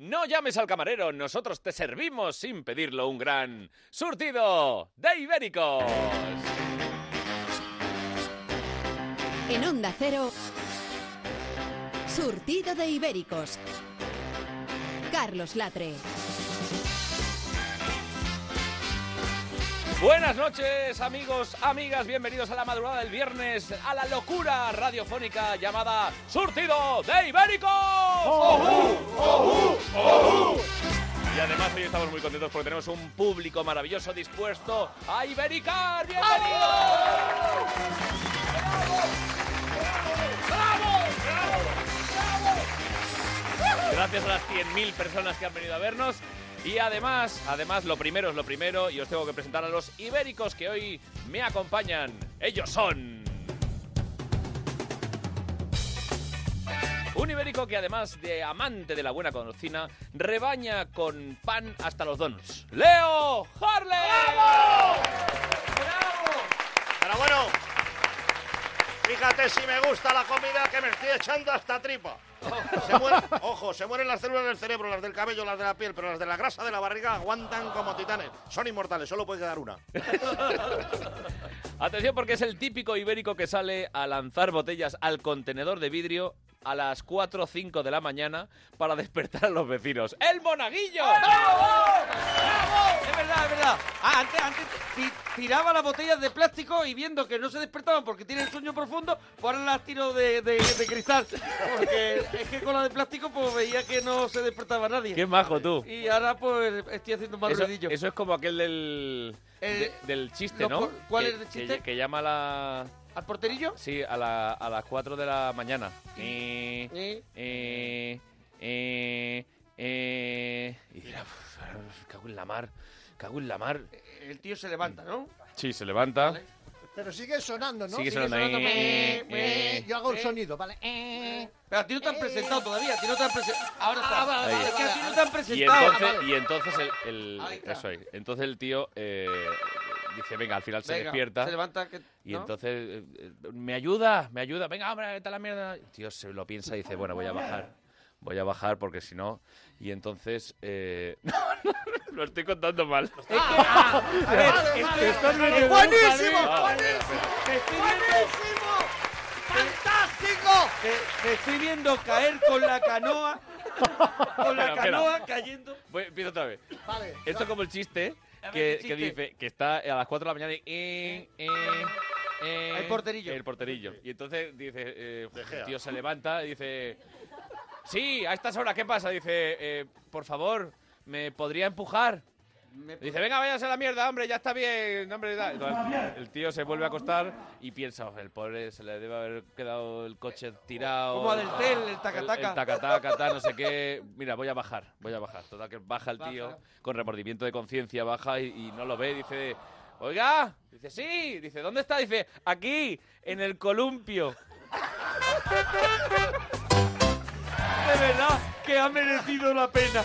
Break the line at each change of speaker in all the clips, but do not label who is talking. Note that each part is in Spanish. No llames al camarero, nosotros te servimos sin pedirlo un gran surtido de ibéricos.
En Onda Cero, surtido de ibéricos. Carlos Latre.
Buenas noches, amigos, amigas, bienvenidos a la madrugada del viernes, a la locura radiofónica llamada Surtido de Ibéricos. Y además hoy estamos muy contentos porque tenemos un público maravilloso dispuesto a ibericar. ¡Bienvenidos! Gracias a las 100.000 personas que han venido a vernos. Y además, además, lo primero es lo primero y os tengo que presentar a los ibéricos que hoy me acompañan. Ellos son... Un ibérico que además de amante de la buena cocina, rebaña con pan hasta los donos. ¡Leo Harley!
Pero bueno, fíjate si me gusta la comida que me estoy echando hasta tripa. Se mueren- ojo, se mueren las células del cerebro, las del cabello, las de la piel, pero las de la grasa de la barriga aguantan como titanes. Son inmortales, solo puede quedar una.
Atención porque es el típico ibérico que sale a lanzar botellas al contenedor de vidrio a las 4 o 5 de la mañana para despertar a los vecinos. ¡Eh, ¡El monaguillo!
Es verdad, es verdad. Ah, antes, antes ti- tiraba las botellas de plástico y viendo que no se despertaban porque tienen sueño profundo, pues ahora las tiro de, de- de cristal. Porque es que con la de plástico pues veía que no se despertaba nadie.
¡Qué majo tú!
Y ahora pues estoy haciendo más
Eso,
ruidillo.
eso es como aquel del,
Eh,
de- del chiste,
lo
¿no?
cu- ¿cuál
Que-
es el
que-
chiste?
Que, llama a, la,
¿Al porterillo?
sí, a, la- a las 4 de la mañana. Eh,
Eh,
eh, eh, eh. y dirá, "Uf, cago en la mar, cago en la mar.
El tío se levanta, ¿no?
Sí, se levanta.
Pero sigue sonando, ¿no?
Sigue sonando.
sonando.
Eh, eh,
Eh, yo hago el
Eh.
sonido, ¿vale? Eh.
Pero a ti no te han presentado todavía, a ti no te han presentado. Ahora está.
Ah,
Ahí
vale,
es
está.
que a ti no te han
Y
presentado.
entonces,
Ah, vale.
y entonces el, el-
Ahí está.
eso es. entonces el tío eh, dice, venga, al final se
Venga,
despierta.
Se levanta. que-
y
¿no?
entonces, eh, eh, me ayuda, me ayuda, venga, hombre, vete a la mierda. El tío se lo piensa y dice, bueno, voy a bajar. Voy a bajar porque si no. Y entonces. eh, no, no, lo estoy contando mal.
ah, A ver, estoy-
¡Buenísimo!
Te estoy viendo,
¡Fantástico!
te, te estoy viendo caer con la canoa. Con la
Espera, espera.
canoa cayendo.
Voy, empiezo otra vez.
Vale.
Esto es como el chiste
A ver,
que,
¿qué
que
chiste?
dice que está a las 4 de la mañana y. eh, eh, eh,
El porterillo.
El porterillo. Y entonces dice. eh,
Gea.
el tío se levanta y dice. Sí, a estas horas, ¿qué pasa? Dice, eh, por favor, ¿me podría empujar? Dice, venga, váyase a la mierda, hombre, ya está bien, hombre. da". Entonces, el tío se vuelve a acostar y piensa, "Oh, el pobre se le debe haber quedado el coche tirado.
Como a del tel, el
El,
tacataca.
el tacataca, tal, no sé qué. Mira, voy a bajar, voy a bajar. Total, que baja el
Baja.
tío con remordimiento de conciencia, baja y, y no lo ve. Dice, oiga, dice, sí, dice, ¿dónde está? Dice, aquí, en el columpio.
De verdad que ha merecido la pena.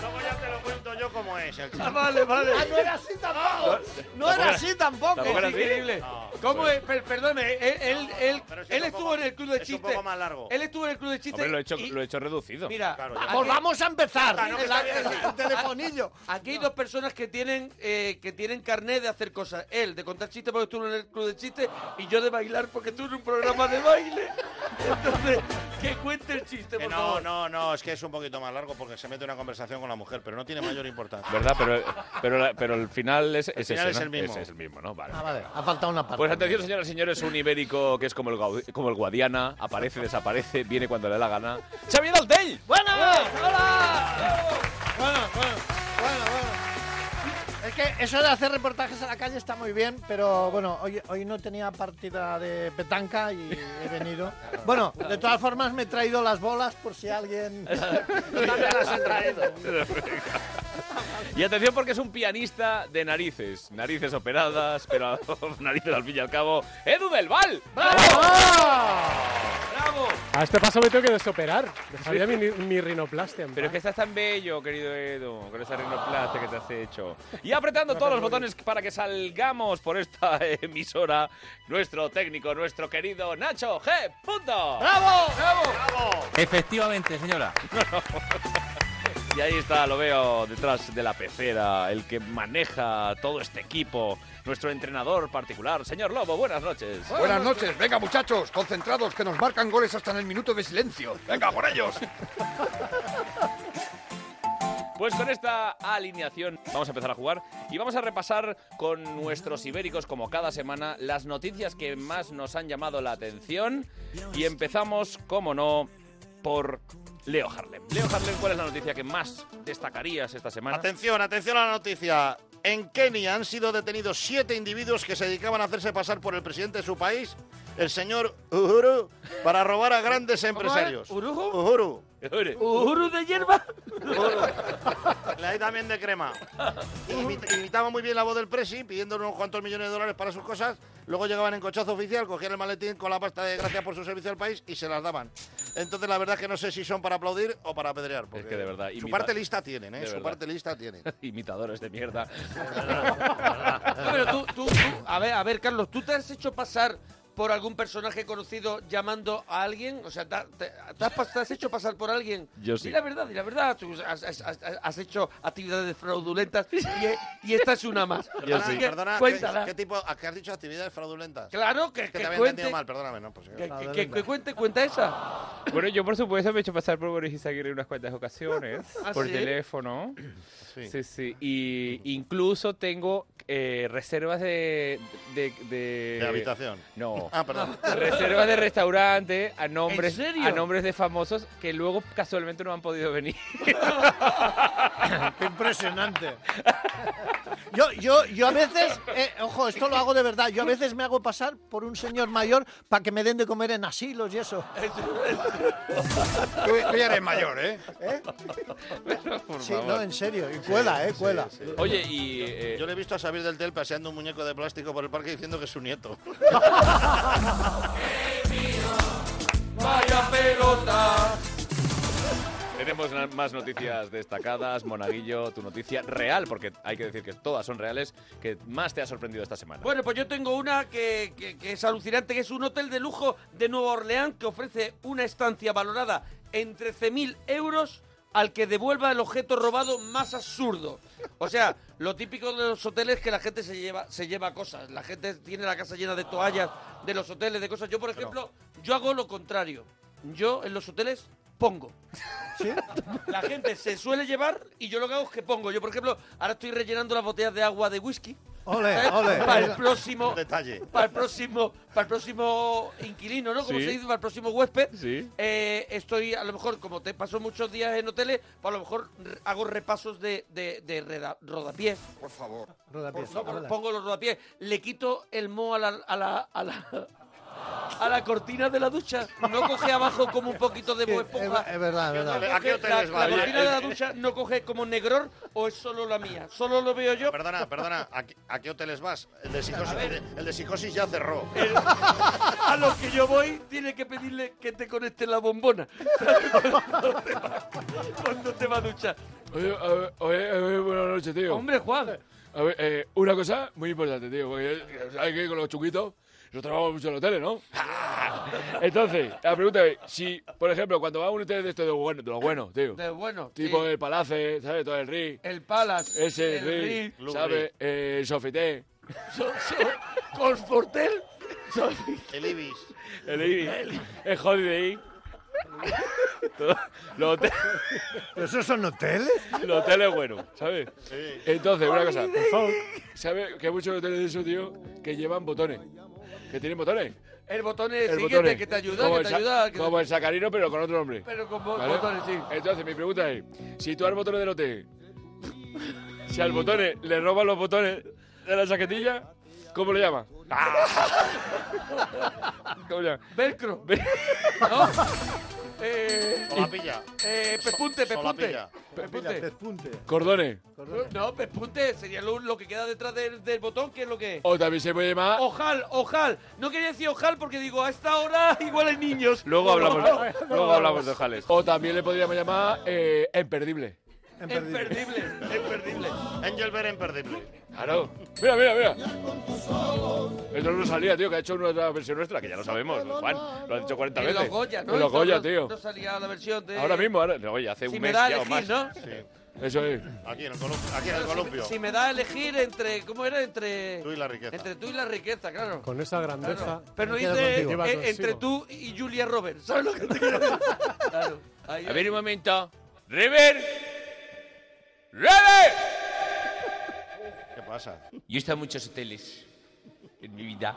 Luego ya te lo cuento yo como es el
Ah,
chiste.
vale, vale.
Ah, no era así tampoco.
No era
Tampoco-
así pues. tampoco.
tampoco era
Es
así.
increíble.
No,
¿Cómo
bueno.
es? Per- perdone, él, él, él-
Pero si
él
es un
estuvo
poco-
en el club de
es un
chistes.
poco más largo.
Él estuvo en el club de chistes.
Hombre, lo he hecho,
y-
lo he hecho reducido.
Mira,
Claro,
aquí-
ya.
Pues vamos a empezar.
Ah, no, que
La-
está bien así.
el telefonillo.
Aquí hay dos personas que tienen eh, que tienen carnet de hacer cosas. Él de contar chistes porque estuvo en el club de chistes y yo de bailar porque estuve en un programa de baile. Entonces, que cuente el chiste,
Que
por
no,
favor.
no, no, es que es un poquito más largo porque se mete una conversación con la mujer, pero no tiene mayor importancia.
¿Verdad? Pero, pero, la- pero el final es, es
final
ese,
es
¿no?
el mismo.
Ese es el mismo, ¿no? Vale.
Ah, vale. Ha faltado una parte.
Pues atención, señoras y señores, un ibérico que es como el, Gaudi- como el Guadiana, aparece, desaparece, viene cuando le da la gana. ¡Xavier Daltell!
¡Buena!
¡Hola!
Bueno, bueno. Es que eso de hacer reportajes a la calle está muy bien, pero bueno, hoy, hoy no tenía partida de petanca y he venido. Bueno, de todas formas me he traído las bolas por si alguien...
Y atención porque es un pianista de narices. Narices operadas, pero narices al fin y al cabo. ¡Edu del Val!
¡Bravo!
A este paso me tengo que desoperar. Dejaría mi, mi rinoplastia. en
Pero es que
paz.
estás tan bello, querido Edu, con esa rinoplastia que te has hecho. Y apretando todos los botones para que salgamos por esta emisora, nuestro técnico, nuestro querido Nacho G. Punto.
¡Bravo! ¡Bravo!
Efectivamente, señora.
Y ahí está, lo veo detrás de la pecera, el que maneja todo este equipo, nuestro entrenador particular, señor Lobo. Buenas noches.
Buenas noches, venga muchachos, concentrados, que nos marcan goles hasta en el minuto de silencio. Venga, por ellos.
Pues con esta alineación vamos a empezar a jugar y vamos a repasar con nuestros ibéricos, como cada semana, las noticias que más nos han llamado la atención. Y empezamos, como no, por Leo Harlem. Leo Harlem, ¿cuál es la noticia que más destacarías esta semana?
Atención, atención a la noticia. En Kenia han sido detenidos siete individuos que se dedicaban a hacerse pasar por el presidente de su país, el señor Uhuru, para robar a grandes empresarios.
¿Cómo es? ¿Urujo?
Uhuru.
¿Uru de hierba?
Le hay también de crema. Imit- Imitaba muy bien la voz del presi, pidiendo unos cuantos millones de dólares para sus cosas. Luego llegaban en cochazo oficial, cogían el maletín con la pasta de gracias por su servicio al país y se las daban. Entonces, la verdad es que no sé si son para aplaudir o para apedrear. porque
que de verdad,
Su
imita-
parte lista tienen,
de
¿eh? Su
verdad.
parte lista tienen.
Imitadores de mierda.
No, pero tú, tú, tú- a ver, a ver, Carlos, ¿tú te has hecho pasar por algún personaje conocido llamando a alguien? O sea, ¿te, te- te has, pas- te has hecho pasar por alguien?
Yo sí.
Y la verdad, y la verdad, tú has, has- has- has hecho actividades fraudulentas y, y esta es una más.
Yo
Así
sí.
que,
Perdona, ¿qué-
cuéntala.
¿qué, tipo? ¿A qué has dicho actividades fraudulentas?
claro, que,
Es que
que
te había
cuente,
entendido mal, perdóname. No, pues,
que-
eh.
que- que- que cuente, cuenta esa.
Bueno, yo por supuesto me he hecho pasar por Boris Izaguirre unas cuantas ocasiones,
¿Ah,
por
sí?
teléfono.
Sí.
Sí, sí. Y incluso tengo eh, reservas de... De, de-
de habitación.
No.
Ah, perdón.
Reservas de restaurante a nombres,
¿En serio?
a nombres de famosos que luego casualmente no han podido venir.
Qué impresionante. Yo, yo, yo a veces, eh, ojo, esto lo hago de verdad. Yo a veces me hago pasar por un señor mayor para que me den de comer en asilos y eso.
Tú, tú ya eres mayor, ¿eh?
Por
Sí,
favor.
no, en serio. Y cuela, eh, cuela.
Oye, y... eh,
Yo le he visto a Xavier del Tel paseando un muñeco de plástico por el parque diciendo que es su nieto.
Vaya pelota.
Tenemos na- más noticias destacadas. Monaguillo, tu noticia real, porque hay que decir que todas son reales, que más te ha sorprendido esta semana.
Bueno, pues yo tengo una que, que- que es alucinante, que es un hotel de lujo de Nueva Orleans que ofrece una estancia valorada en 13.000 euros al que devuelva el objeto robado más absurdo. O sea, lo típico de los hoteles es que la gente se lleva, se lleva cosas. La gente tiene la casa llena de toallas, de los hoteles, de cosas. Yo, por ejemplo, yo hago lo contrario. Yo en los hoteles pongo. La gente se suele llevar y yo lo que hago es que pongo. Yo, por ejemplo, ahora estoy rellenando las botellas de agua de whisky.
Ole,
¿sabes?
ole.
Para el próximo,
Detalle.
para el próximo, para el próximo inquilino, ¿no? Como
Sí.
se dice, para el próximo huésped.
Sí.
Eh, estoy, a lo mejor, como te paso muchos días en hoteles, pues a lo mejor re- hago repasos de, de, de reda- rodapié.
Por favor.
Rodapiés,
No, pero
habla.
pongo los rodapiés. Le quito el mo a la, a la, a la, a la cortina de la ducha. No coge abajo como un poquito de
Sí,
Bob
es,
esponja.
es verdad, es
Yo no
verdad.
le- ¿A qué
la,
hoteles va?
la
Oye,
cortina
el-
de la ducha no coge como negror o es solo la mía. Solo lo veo yo.
Perdona, perdona, ¿a qué, a qué hoteles vas? El de, psicosis, el, de, el de Psicosis ya cerró.
A los que yo voy tiene que pedirle que te conecte la bombona. Cuando te va- Cuando te va a duchar.
Oye, a ver, oye, a ver, buenas noches, tío.
Hombre, Juan.
A ver, eh, una cosa muy importante, tío, porque eh, sabes que con los chunguitos nosotros trabajamos mucho en los hoteles, ¿no? Entonces, la pregunta es, si, por ejemplo, cuando va a un hotel de estos de bueno, de los buenos, tío,
de- bueno.
tipo
sí.
el Palace, ¿sabes? Todo el Ri,
El Palace.
ese
el
Ri,
Ritz,
¿sabes? Eh, el Sofité,
so- so- Confortel. so-
El Ibis.
El Ibis, el Holiday Inn. Todo- Los hoteles,
¿Pero esos son hoteles?
los hoteles buenos, ¿sabes?
Entonces, una cosa, por favor, ¿sabes que hay muchos hoteles de esos, tío, que llevan botones? Que tienen botones.
El botón es
El
siguiente
botones.
que te ayuda,
Como
que
el
te
sa-
ayuda. que-
Como el sacarino, pero con otro nombre.
Pero con bo-
¿Vale?
botones, sí.
Entonces, mi pregunta es: si tú al botón del hotel, si al botón le roban los botones de la chaquetilla, ¿cómo le llamas? ¿Cómo le llamas?
Velcro. Eh,
Solapilla.
eh, pespunte, pespunte.
Solapilla.
Pespunte.
Cordones.
No, pespunte sería lo, lo que queda detrás del, del botón, que es lo que es.
O también se puede llamar.
Ojal, ojal. No quería decir ojal porque digo, a esta hora igual hay niños.
Luego hablamos, luego hablamos de Jales.
O también le podríamos llamar eh, imperdible.
Imperdible, imperdible.
Engelbert imperdible.
Claro.
Mira, mira, mira. Esto no salía, tío, que ha hecho una otra versión nuestra,
Que ya lo sabemos,
Pues,
Juan. Lo has dicho 40
En los
veces.
Goya, ¿no?
En los Goya,
No-
tío.
No salía la versión de...
Ahora mismo, ahora.
Oye, hace
Si
un
me
mes
da a
ya o más.
elegir, ¿no?
Eso es.
Aquí en el columpio. Aquí en el columpio.
Si me da a elegir entre... ¿Cómo era? Entre...
Tú y la riqueza.
Entre tú y la riqueza, claro.
Con esa grandeza.
Claro. Pero no
Me quedo
dice
contigo.
eh,
Lleva consigo.
entre tú y Julia Roberts. ¿Sabes lo que te quiero decir? Claro. Ahí,
A ver un momento. ¡River! ¡River!
¿Qué pasa?
Yo he estado en muchos hoteles en mi vida.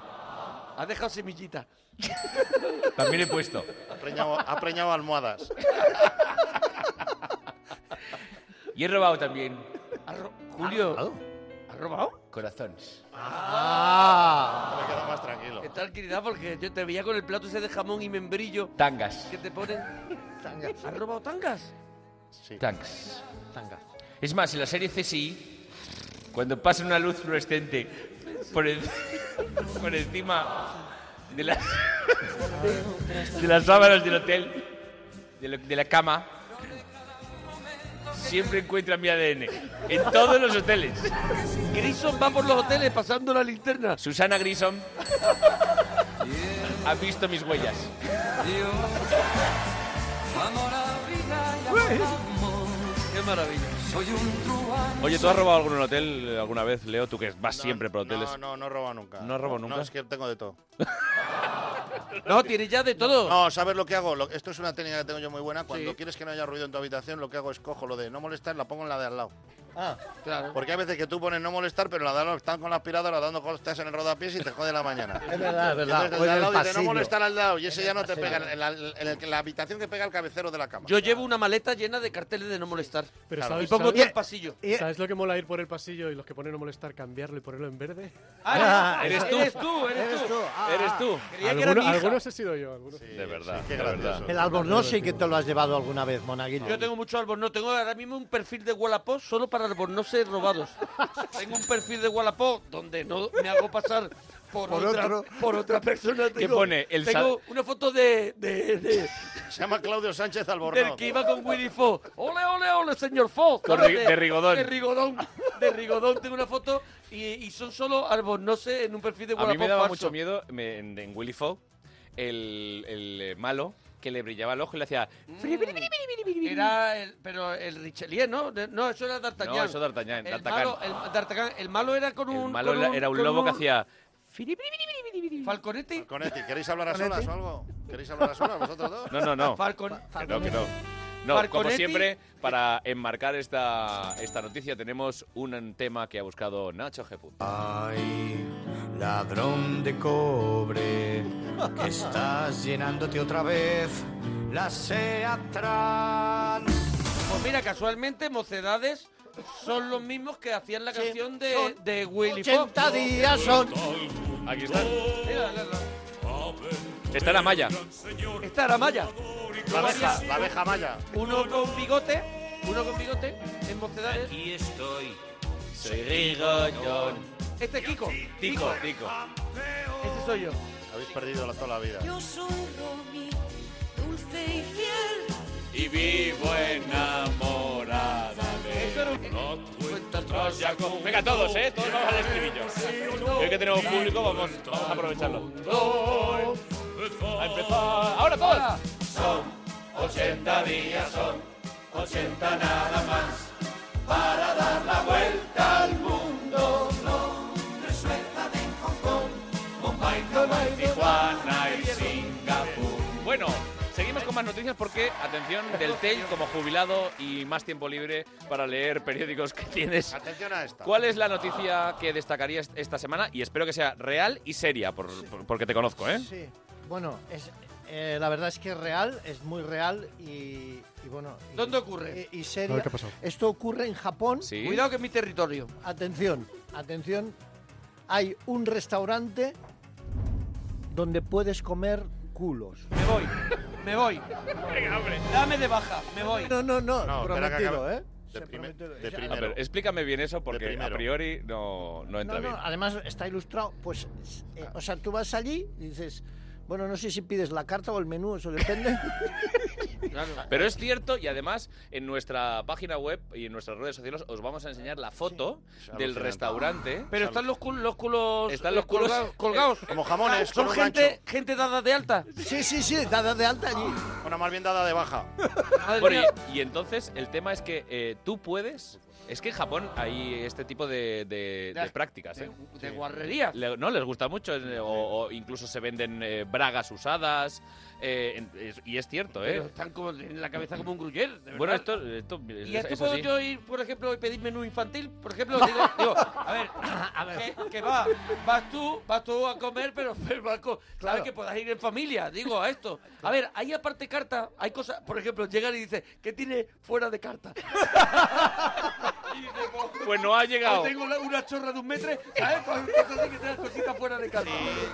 Ha dejado semillita.
También he puesto.
Ha preñado, ha preñado almohadas.
Y he robado también
Ha ro- Julio. ¿Ha robado?
corazones.
Ah.
Me queda más tranquilo.
Qué tranquilidad, porque yo te veía con el plato ese de jamón y membrillo
Tangas.
que te ponen. ¿Tangas? ¿Has robado tangas?
Sí.
Tangas. Es más, en la serie CSI, cuando pasa una luz fluorescente por, en- por encima de, las de las sábanas del hotel, de, lo- de la cama, siempre encuentra mi ADN. En todos los hoteles.
Grison va por los hoteles pasando la linterna.
Susana Grissom ha visto mis huellas.
Qué maravilla.
Oye, ¿tú has robado algún hotel eh, alguna vez, Leo? Tú que vas
No,
siempre por hoteles.
No, no, no he robado nunca.
¿No has robado nunca?
No, es que tengo de todo.
No, tiene ya de todo.
No, ¿sabes lo que hago? Lo- esto es una técnica que tengo yo muy buena. Cuando quieres que no haya ruido en tu habitación, lo que hago es cojo lo de no molestar, la pongo en la de al lado.
Ah.
Claro.
Porque hay veces que tú pones no molestar, pero la de al lado están con la aspiradora dando costas en el rodapiés y te jode la mañana.
Es verdad, es
Y
verdad.
entonces el
O en
de al
el
lado dice, no
pasillo.
molestar al lado y ese ya no te pega. En la, en el- en la habitación que pega el cabecero de la cama.
Yo llevo una maleta llena de carteles de no molestar.
Pero
Claro.
¿sabes,
Y pongo
sabes-
todo el pasillo.
Y-
¿sabes lo que mola ir por el pasillo y los que ponen no molestar, cambiarlo y ponerlo en verde?
Ah,
eres tú.
Eres tú, eres,
Eres
tú.
tú, ah,
¿Eres tú?
Creía que era mi
Alguno-
hija.
algunos he sido yo. algunos.
Sí,
De verdad, de
qué gracioso.
verdad.
El albornoz sí que te lo has llevado alguna vez, Monaguillo.
Yo tengo mucho albornoz. Tengo ahora mismo un perfil de Wallapop solo para albornoces robados. tengo un perfil de Wallapop donde no me hago pasar por,
Por
otra,
otro.
por otra persona.
¿Qué
Tengo-
pone? El
tengo una foto de, de- de-
Se llama Claudio Sánchez
del
Albornoz.
que iba con Willy Fox. ¡Ole, ole, ole, señor Fox!
Con
Claro,
Ri- de Rigodón.
De Rigodón. De Rigodón. Tengo una foto y, y son solo albornoces en Este, un perfil de
A
Wallapop
mí me daba
falso.
mucho miedo me- en, en Willy Fogg el, el, eh, malo que le brillaba el ojo y le hacía.
Mm, Era el, pero el Richelieu, ¿no? De- No, eso era D'Artagnan.
No, eso D'Artagnan,
El
D'Artagnan.
malo- El, D'Artagnan, el malo era con un...
El malo
con
era- era un
con
lobo que
un
hacía.
Falconetti.
Conetti, ¿queréis hablar a solas o algo? ¿Queréis hablar a solas vosotros dos?
No, no, no.
Falcon,
Que
Falcon-
no, que no. No, como
Falconetti.
siempre, para enmarcar esta, esta noticia, tenemos un tema que ha buscado Nacho G.
Ay, ladrón de cobre, que estás llenándote otra vez la sea trans.
Pues mira, casualmente, Mocedades son los mismos que hacían la canción de, de Willy Fox.
80 días son.
Aquí está.
Mira, la- la-
Está la malla.
Esta era Maya.
La abeja, la abeja maya.
Uno con bigote, uno con bigote en Mocedades.
Y estoy.
Soy rigollón.
Este es Kiko.
Tico, tico.
Este soy yo.
Habéis perdido la, toda la vida.
Yo soy Romy, dulce y fiel.
Y vivo enamorada
Esto era un-
Venga, todos, ¿eh? Todos vamos al estribillo. Hoy que tenemos público, vamos, vamos a aprovecharlo. A empezar. ¡Ahora todos! Son 80 días, son 80 nada más. Para dar la vuelta al mundo, no. Resuelta de Hong Kong, Bombay, Hawái, Tijuana y Singapur. Bueno. Seguimos con más noticias porque, atención, del TEL como jubilado y más tiempo libre para leer periódicos que tienes
Atención a esta.
¿Cuál es la noticia que destacarías esta semana? Y espero que sea real y seria, por- por- porque te conozco, ¿eh?
Sí. Bueno, es, eh, la verdad es que es real, es muy real y, y bueno. y-
¿Dónde ocurre?
Y,
A
y
ver
seria.
qué ha pasado.
Esto ocurre en Japón.
Sí.
Cuidado que es mi territorio.
Atención, atención. Hay un restaurante donde puedes comer culos.
Me voy. me voy.
Venga, hombre.
Dame de baja, me voy.
No, no, no,
No, espera que
prometido,
acabe.
¿eh?
De, primer- de
A
primero.
ver, explícame bien eso porque a
primero.
priori no, no entra
No, no,
bien.
además está ilustrado. Pues, eh, o sea, tú vas allí y dices, bueno, no sé si pides la carta o el menú, eso depende.
Pero es cierto y además en nuestra página web y en nuestras redes sociales os vamos a enseñar la foto del
alucinante.
restaurante.
Pero están los, cul- los culos.
Están los culos-
colgados. colgados.
eh, como jamones,
Son
con un
gente, gente dada de alta.
Sí, sí, sí, dada de alta allí.
Bueno, más bien dada de baja.
Bueno, y, y entonces el tema es que eh, tú puedes. Es que en Japón hay este tipo de, de- de
De-
prácticas, ¿eh?
de guarrerías.
Le- no, les gusta mucho. eh, O, o incluso se venden eh, bragas usadas. eh, en- es- y es cierto,
Pero
¿eh?
están como en la cabeza como un gruyer. de
Bueno,
verdad.
esto. esto es-
¿Y esto
es
puedo
así.
yo ir, por ejemplo, y pedir menú infantil? Por ejemplo, digo, digo, a ver, Que, que va, vas tú, vas tú a comer, pero, pero vas co- sabes que puedas ir en familia, digo, a esto. A ver, hay aparte carta, hay cosas, por ejemplo, llegan y dicen, ¿qué tiene fuera de carta?
Pues no ha llegado.
Ahí tengo la- una chorra de un metro, ¿sabes? Pues cosas así que tienen cositas fuera de carta.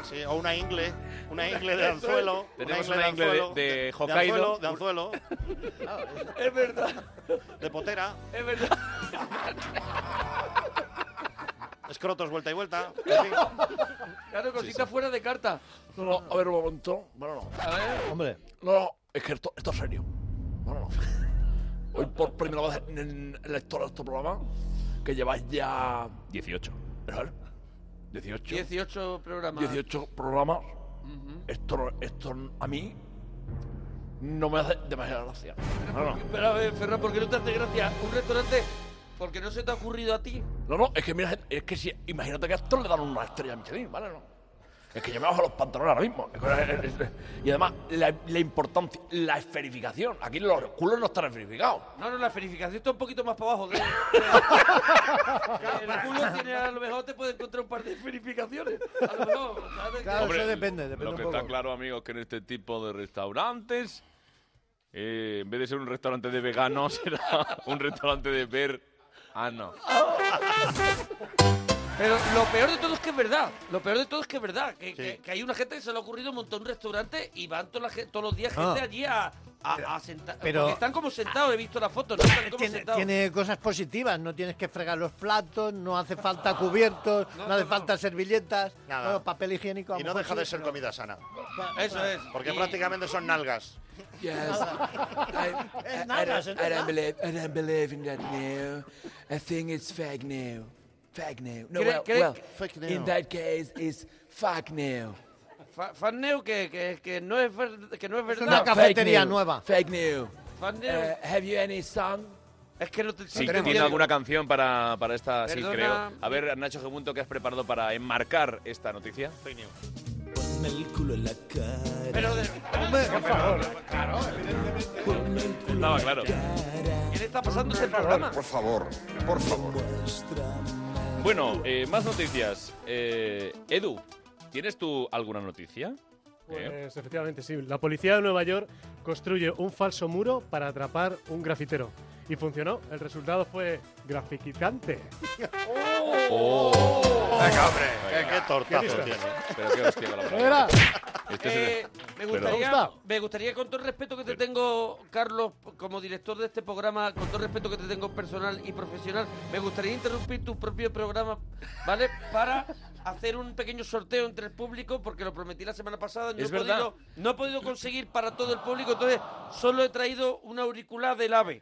Sí, o una ingle, una ingle de anzuelo.
Tenemos una ingle de-
anzuelo,
de
anzuelo,
Hokkaido.
De anzuelo,
Ah.
Es verdad,
de potera,
es verdad.
escrotos vuelta y vuelta. en fin.
Claro, cositas fuera de carta.
No, no, a ver un momento. Bueno, no.
A ver,
Hombre.
No, no, es que esto, esto es serio. No, no, no. Hoy por primera vez en, en la historia de este programa, que lleváis ya
18.
¿verdad? 18.
18 programas. Mm.
18 programas.
Ujú.
Esto, esto a mí no me hace demasiada gracia. No, no.
Pero a ver, Ferran, ¿por qué no te hace gracia un restaurante? Porque no se te ha ocurrido a ti.
No, no, es que mira, es que si, imagínate que a esto le dan una estrella a Michelin, ¿vale? No. Es que yo me bajo los pantalones ahora mismo. Es que- es- es- Y además, la, la importancia, la esferificación. Aquí los culos no están esferificados.
No, no, la ferificación está un poquito más para abajo. que- que el culo tiene, a lo mejor te puede encontrar un par de ferificaciones. A lo mejor, ¿sabes?
Hombre,
depende, depende
Lo
un
que
poco.
está claro, amigos, que en este tipo de restaurantes, eh, en vez de ser un restaurante de veganos, será un restaurante de ver. Ah, no.
Pero lo peor de todo es que es verdad. Lo peor de todo es que es verdad. Que, que- que hay una gente que se le ha ocurrido montar un restaurante y van toda la gen- todos los días gente
Ah.
allí a, a, a sentar.
Pero-
Porque están como sentados, he visto la foto, ¿no? Están como
Tiene,
sentados.
tiene cosas positivas, no tienes que fregar los platos, no hace falta cubiertos, no, hace falta servilletas,
Nada.
bueno, papel higiénico. a
Y
lo
no
mejor
deja de
sí,
ser
pero-
comida sana.
Eso es.
Porque
Y-
prácticamente son nalgas.
eh,
Es nada, es nada.
believe, I don't believe in that now. I think it's fake now. Fake now. No,
Cre-
well,
cre-
well,
fake
in
now.
that case, it's fuck now.
Fa- Fanneo que, que, que no es ver- que no es verdad.
No, fake new. Fake new.
Fanneo.
Eh, have you any song?
es que no te no
Si
te
tiene
entiendo.
alguna canción para, para esta, sí creo.
Perdona.
A ver, Nacho Gemunto, ¿qué has preparado para enmarcar esta noticia?
Ponme el culo en la cara.
Pero de-
Claro, Ponme el culo
Estaba claro.
¿Quién está pasando este
programa?
Por favor, por favor.
Bueno, eh, más noticias. Eh, Edu, ¿tienes tú alguna noticia?
Pues efectivamente, sí. La policía de Nueva York construye un falso muro para atrapar un grafitero. Y funcionó. El resultado fue grafiquitante.
Oh.
Oh.
Venga, hombre,
Venga.
qué tortazo
Qué
tiene.
lista. Pero qué hostia con la palabra.
Era.
Este es el-
Eh, me,
Pero-
gustaría, me gustaría, con todo el respeto que te tengo, Carlos, como director de este programa, con todo el respeto que te tengo personal y profesional, me gustaría interrumpir tu propio programa, ¿vale? Para hacer un pequeño sorteo entre el público, porque lo prometí la semana pasada, no,
Es
he,
verdad.
podido, no he podido conseguir para todo el público, entonces solo he traído una auricular del AVE,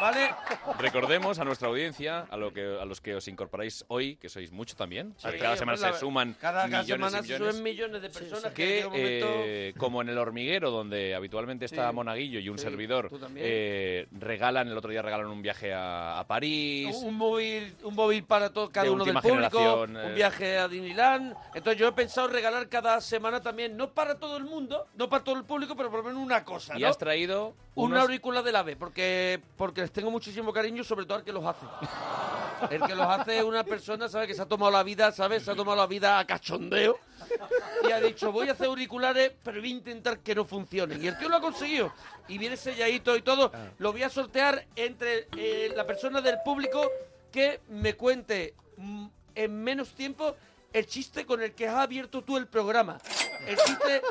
¿vale?
Recordemos a nuestra audiencia, a, lo que, a los que os incorporáis hoy, que sois muchos también.
Sí,
cada semana
hombre,
se
la-
suman
cada, cada
millones y
semana se
millones.
suben millones de personas que,
que
en algún momento-
eh, como en el hormiguero donde habitualmente está
Sí,
Monaguillo y un
sí,
servidor
tú también.
eh, regalan el otro día regalan un viaje a, a París
Un móvil, un móvil para todo, cada
De
uno del
última
público,
generación, eh.
un viaje a Disneyland. Entonces yo he pensado regalar cada semana también, no para todo el mundo, no para todo el público, pero por lo menos una cosa,
y
¿no?
has traído
Una
unos-
aurícula del AVE, porque, porque les tengo muchísimo cariño, sobre todo al que los hace. El que los hace es una persona, ¿sabes? Que se ha tomado la vida, ¿sabes? Se ha tomado la vida a cachondeo. Y ha dicho, voy a hacer auriculares, pero voy a intentar que no funcionen. Y el tío lo ha conseguido. Y viene selladito y todo. Lo voy a sortear entre eh, la persona del público que me cuente mm, en menos tiempo el chiste con el que has abierto tú el programa. El chiste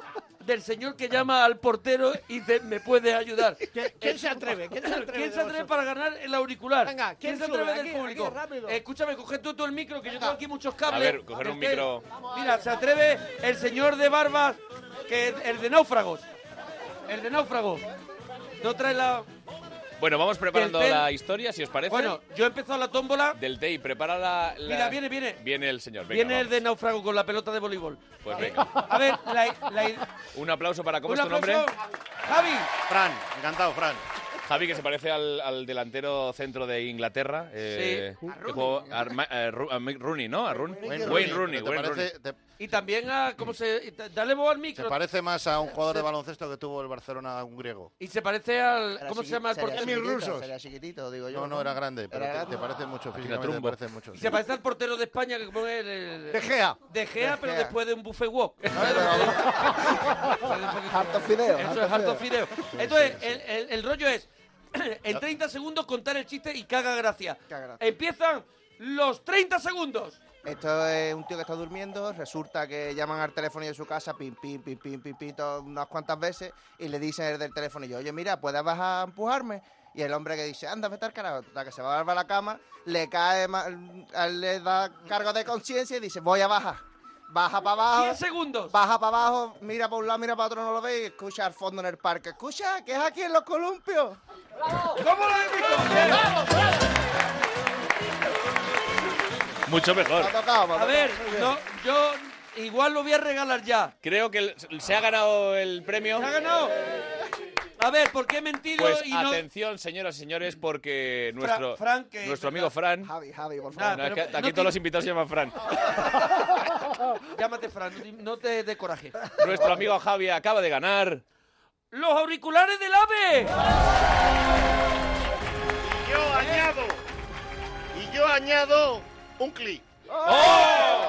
del señor que llama al portero y dice, ¿me puedes ayudar?
¿Quién se atreve? ¿Quién se atreve
¿Quién se
de
atreve
vosotros?
para ganar el auricular?
Venga, ¿quién
se
sube?
atreve
Aquí,
del público?
aquí, rápido.
Eh, escúchame, coge tú todo el micro, que yo tengo aquí muchos cables.
A ver, coger un
Del que-
micro.
Mira, se atreve el señor de barbas, que es el de náufragos. El de náufragos. No trae la...
Bueno, vamos preparando
Del tel.
la historia, si os parece.
Bueno, yo he empezado la tómbola.
Del Day, prepara la, la-
Mira, viene, viene.
Viene el señor, venga,
Viene el de náufrago con la pelota de voleibol.
vamos. Pues
Eh,
venga.
A ver, la, la-
Un aplauso para... ¿Cómo
Un
es tu nombre?
aplauso. Javi.
Fran, encantado, Fran. Javi, que se parece al, al delantero centro de Inglaterra. eh,
Sí. A
que jugó a Arma- eh, Ru- a Mick Rooney, ¿no? A Rooney. Wayne Rooney.
¿Te
Wayne
parece-
Rooney.
te-
Y también a... ¿Cómo se...? y ta- Dale voz al micro.
te parece más a un jugador de
Se-
baloncesto que tuvo el Barcelona a un griego?
Y se parece al...
Era
¿Cómo
chiqui-
se llama el
sería
portero?
chiquitito, Sería chiquitito, digo yo.
No, no, era grande, pero
Era
te-
grande.
te parece mucho
Aquí la
físicamente, te
trombo.
parece mucho.
Y se parece al portero de España que pone el... el-
De Gea.
De Gea,
De
pero
Gea.
después de un buffet walk.
Harto fideo.
Eso es harto fideo. Entonces, el, el- el rollo es, en 30 segundos contar el chiste y caga gracia. Empiezan los 30 segundos.
Esto es un tío que está durmiendo, resulta que llaman al teléfono de su casa, pim, pim, pim, pim, pim, pim, to- unas cuantas veces, y le dicen el del teléfono, y yo, oye, mira, ¿puedes bajar a empujarme? Y el hombre que dice, anda, vete al carajo, la que se va a la cama, le cae, ma- le da cargo de conciencia y dice, voy a bajar. Baja para abajo.
10 segundos.
Baja para abajo, mira para un lado, mira para otro, no lo ve y escucha al fondo en el parque. Escucha, que es aquí en los columpios.
¿Cómo lo has visto?
Mucho mejor.
A ver, no, yo igual lo voy a regalar ya.
Creo que el- se ha ganado el premio.
¿Se ha ganado? A ver, ¿por qué he mentido
Pues
y no...?
atención, señoras y señores, porque nuestro,
Fran, que-
nuestro amigo Fran...
Javi, Javi, por
No,
Nada,
es que
pero
aquí
no
todos
tiene-
los invitados se llaman Fran.
Llámate, Fran, no te- no te dé coraje.
Nuestro amigo Javi acaba de ganar.
¡Los auriculares del AVE!
Yo añado. Y yo añado un clic.
¡Oh!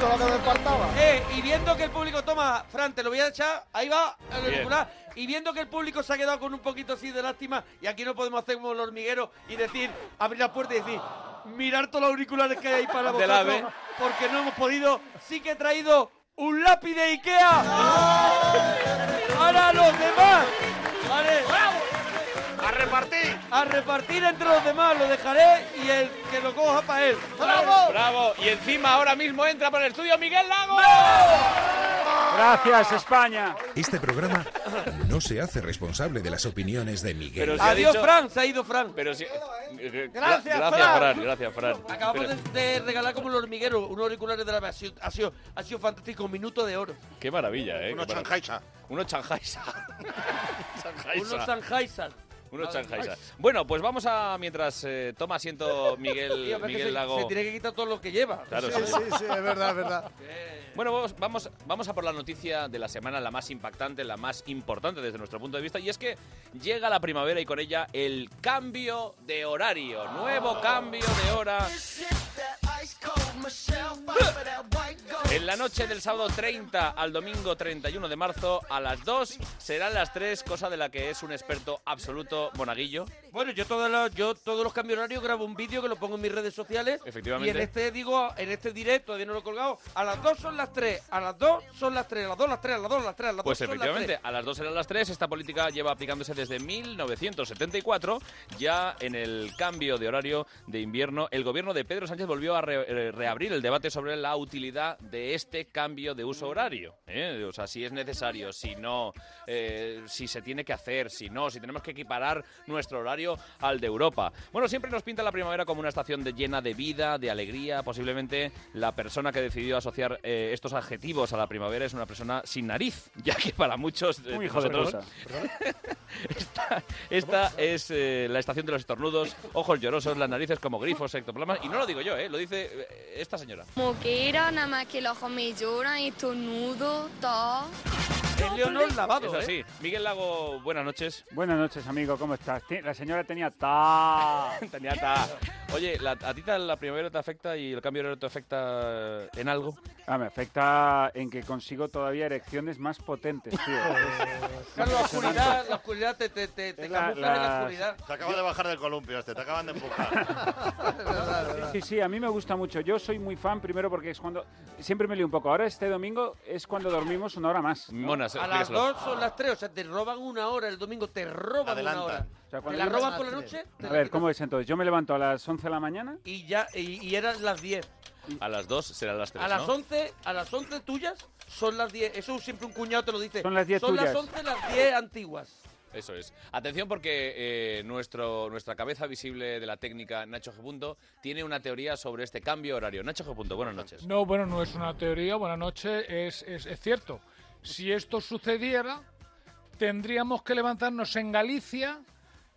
Todo lo que me faltaba.
Eh, y viendo que el público toma, Fran, te lo voy a echar, ahí va, el auricular. Y viendo que el público se ha quedado con un poquito así de lástima, y aquí no podemos hacer como el hormiguero y decir, abrir la puerta y decir, mirar todos los auriculares que hay ahí para
Del
vosotros,
AVE.
porque no hemos podido, sí que he traído un lápiz de Ikea. Para los demás. Vale.
¡A repartir!
A repartir entre los demás, lo dejaré y el que lo coja para él.
¡Bravo! Y encima ahora mismo entra por el estudio Miguel Lago.
Gracias, España.
Este programa no se hace responsable de las opiniones de Miguel.
Pero si ha
Adiós,
dicho-
Fran, se ha ido Fran.
Pero si... Gra-
Gracias,
Gracias,
Fran.
Fran. Gracias, Fran.
Acabamos
Pero-
de, de regalar como los hormigueros unos auriculares de la AVE. Ha sido, ha sido, ha sido fantástico, un minuto de oro.
Qué maravilla, ¿eh?
Uno
Qué maravilla. Uno chanjaisa. Sanjaisa.
Unos Sanjaisa.
Uno
Madre
chanjaisa.
mía.
Bueno, pues vamos a... Mientras eh, toma asiento Miguel,
Tío, pero es que
Miguel
se,
Lago...
se tiene que quitar todo lo que lleva.
Claro,
Sí, sí, sí, es verdad, es verdad.
Bueno, vamos, vamos, vamos a por la noticia de la semana, la más impactante, la más importante desde nuestro punto de vista, y es que llega la primavera y con ella el cambio de horario, nuevo cambio de hora. En la noche del sábado 30 al domingo 31 de marzo a las 2 serán las 3, cosa de la que es un experto absoluto Monaguillo.
Bueno, yo todos los, yo todos los cambios horarios grabo un vídeo que lo pongo en mis redes sociales.
Efectivamente.
Y en este digo, en este directo, todavía no lo he colgado, a las 2 son las 3, a las 2 son las 3, a las 2 las 3, a las 2 las 3, a las 2
Pues
son las 3.
efectivamente, a las 2 eran las 3. Esta política lleva aplicándose desde 1974. Ya en el cambio de horario de invierno, el gobierno de Pedro Sánchez volvió a re- eh, reabrir el debate sobre la utilidad de este cambio de uso horario. ¿eh? O sea, si es necesario, si no, eh, si se tiene que hacer, si no, si tenemos que equiparar nuestro horario al de Europa. Bueno, siempre nos pinta la primavera como una estación de llena de vida, de alegría. Posiblemente la persona que decidió asociar eh, estos adjetivos a la primavera es una persona sin nariz, ya que para muchos eh,
Un hijo de
nosotros-
puta.
esta es eh, la estación de los estornudos, ojos llorosos, las narices como grifos, ectoplasmas. Y no lo digo yo, ¿eh? lo dice eh, esta señora.
Moquera, nada más que los ojos me lloran, estornudo, todo.
Leonor Lavado,
Eso
¿eh?
sí. Miguel Lago, buenas noches.
Buenas noches, amigo, ¿cómo estás? Ti- La señora tenía ta.
tenía ta. Oye, la- ¿a ti ta- la primavera te afecta y el cambio de horario te afecta eh, en algo?
Ah, me afecta en que consigo todavía erecciones más potentes, tío.
Claro, la oscuridad, la oscuridad te, te, te, te
la-
camufla en la
la-
oscuridad.
Te acabas de bajar del columpio este, te acaban de
Sí,
empujar.
sí, sí, a mí me gusta mucho. Yo soy muy fan, primero porque es cuando... Siempre me lío un poco. Ahora este domingo es cuando dormimos una hora más. ¿no?
A las dos son las tres, o sea, te roban una hora el domingo, te roban
Adelanta.
una hora.
O sea,
te
cuando
la
yo-
roban por la noche
A ver, ¿cómo es entonces? Yo me levanto a las 11 de la mañana.
y ya y, y eran las 10.
A las 2 serán las 3,
A las
¿no?
11, a las 11 tuyas son las 10. Eso siempre un cuñado te lo dice.
Son las 10
Son las
tuyas.
11, las 10 antiguas.
Eso es. Atención porque eh, nuestro, nuestra cabeza visible de la técnica, Nacho G. Punto, tiene una teoría sobre este cambio horario. Nacho G. Punto, buenas noches.
No, bueno, no es una teoría, buenas noches, es, es, es cierto. Si esto sucediera, tendríamos que levantarnos en Galicia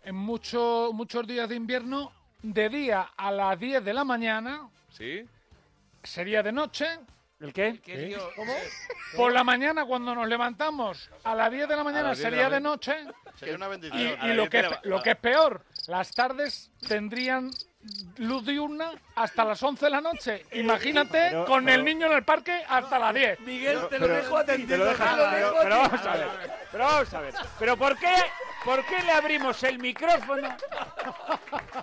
en mucho- muchos días de invierno, de día a las 10 de la mañana,
¿Sí?
sería de noche.
¿El qué?
¿Qué? tío?
¿Cómo? Por la mañana, cuando nos levantamos, a las 10 de la mañana
10 de la
sería de,
mañana.
noche.
Sería una
Y,
bendición.
y
A
lo,
la diez
que,
de la-
lo que es peor, las tardes tendrían luz diurna hasta las 11 de la noche. Imagínate
Pero-
con el
pero-
niño en el parque hasta las 10. Miguel,
te lo Pero- dejo atendido, te lo dejo- te lo dejo pero- pero atendido. vamos a ver. Pero vamos a ver. ¿Pero por qué, por qué le abrimos el micrófono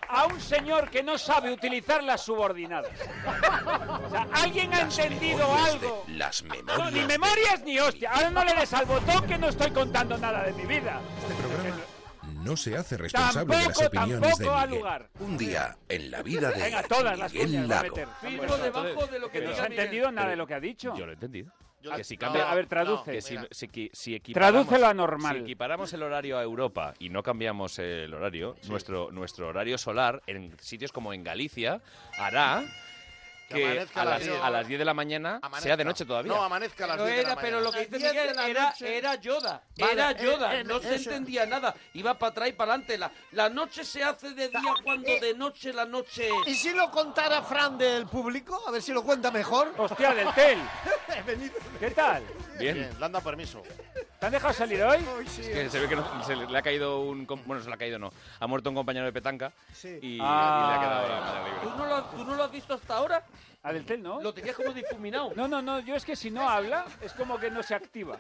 a un señor que no sabe utilizar las subordinadas? O sea, ¿alguien ha entendido algo?
Las
No,
memorias.
ni memorias ni hostia. Ahora no le des al botón que no estoy contando nada de mi vida.
Este No se hace responsable de
Tampoco,
las opiniones de
tampoco al
Miguel.
lugar.
Un día en la vida de
Venga, todas las
Miguel
cuñas las va a
Lago.
meter.
Firmo debajo de lo que
no
diga
se ha
Miguel.
entendido nada
Pero-
de lo que ha dicho.
Yo lo he entendido.
Yo lo-
que si cambia,
no, a ver, traduce.
que si,
Mira.
si qui- si equiparamos-
Tradúcelo a normal.
Si equiparamos el horario a Europa y no cambiamos el horario, nuestro, nuestro horario solar en sitios como en Galicia hará
Que
que,
amanezca
a
a las
las,
diez.
a las 10 de la mañana sea de noche todavía.
No, amanezca a las
Pero
10 de la
era, pero lo que
mañana.
dice Miguel era, era Yoda.
Vale,
era
eh,
Yoda.
eh,
no se
eso.
entendía nada. Iba para atrás y para adelante. La, la noche se hace de día cuando de noche la noche
¿Y
es.
si lo contara Fran del público? A ver si lo cuenta mejor.
Hostia, del tel. ¿Qué tal?
Bien.
Le han dado permiso.
¿Te han dejado salir hoy?
Es que se ve que no- se le, le ha caído un... com- Bueno, se le ha caído no. Ha muerto un compañero de petanca y, y le ha quedado la mano libre.
¿Tú no, lo, tú no lo has visto hasta ahora?
A Ah, del tel, ¿no?
Lo tenías como difuminado.
No, no, no. Yo es que si no habla, es como que no se activa.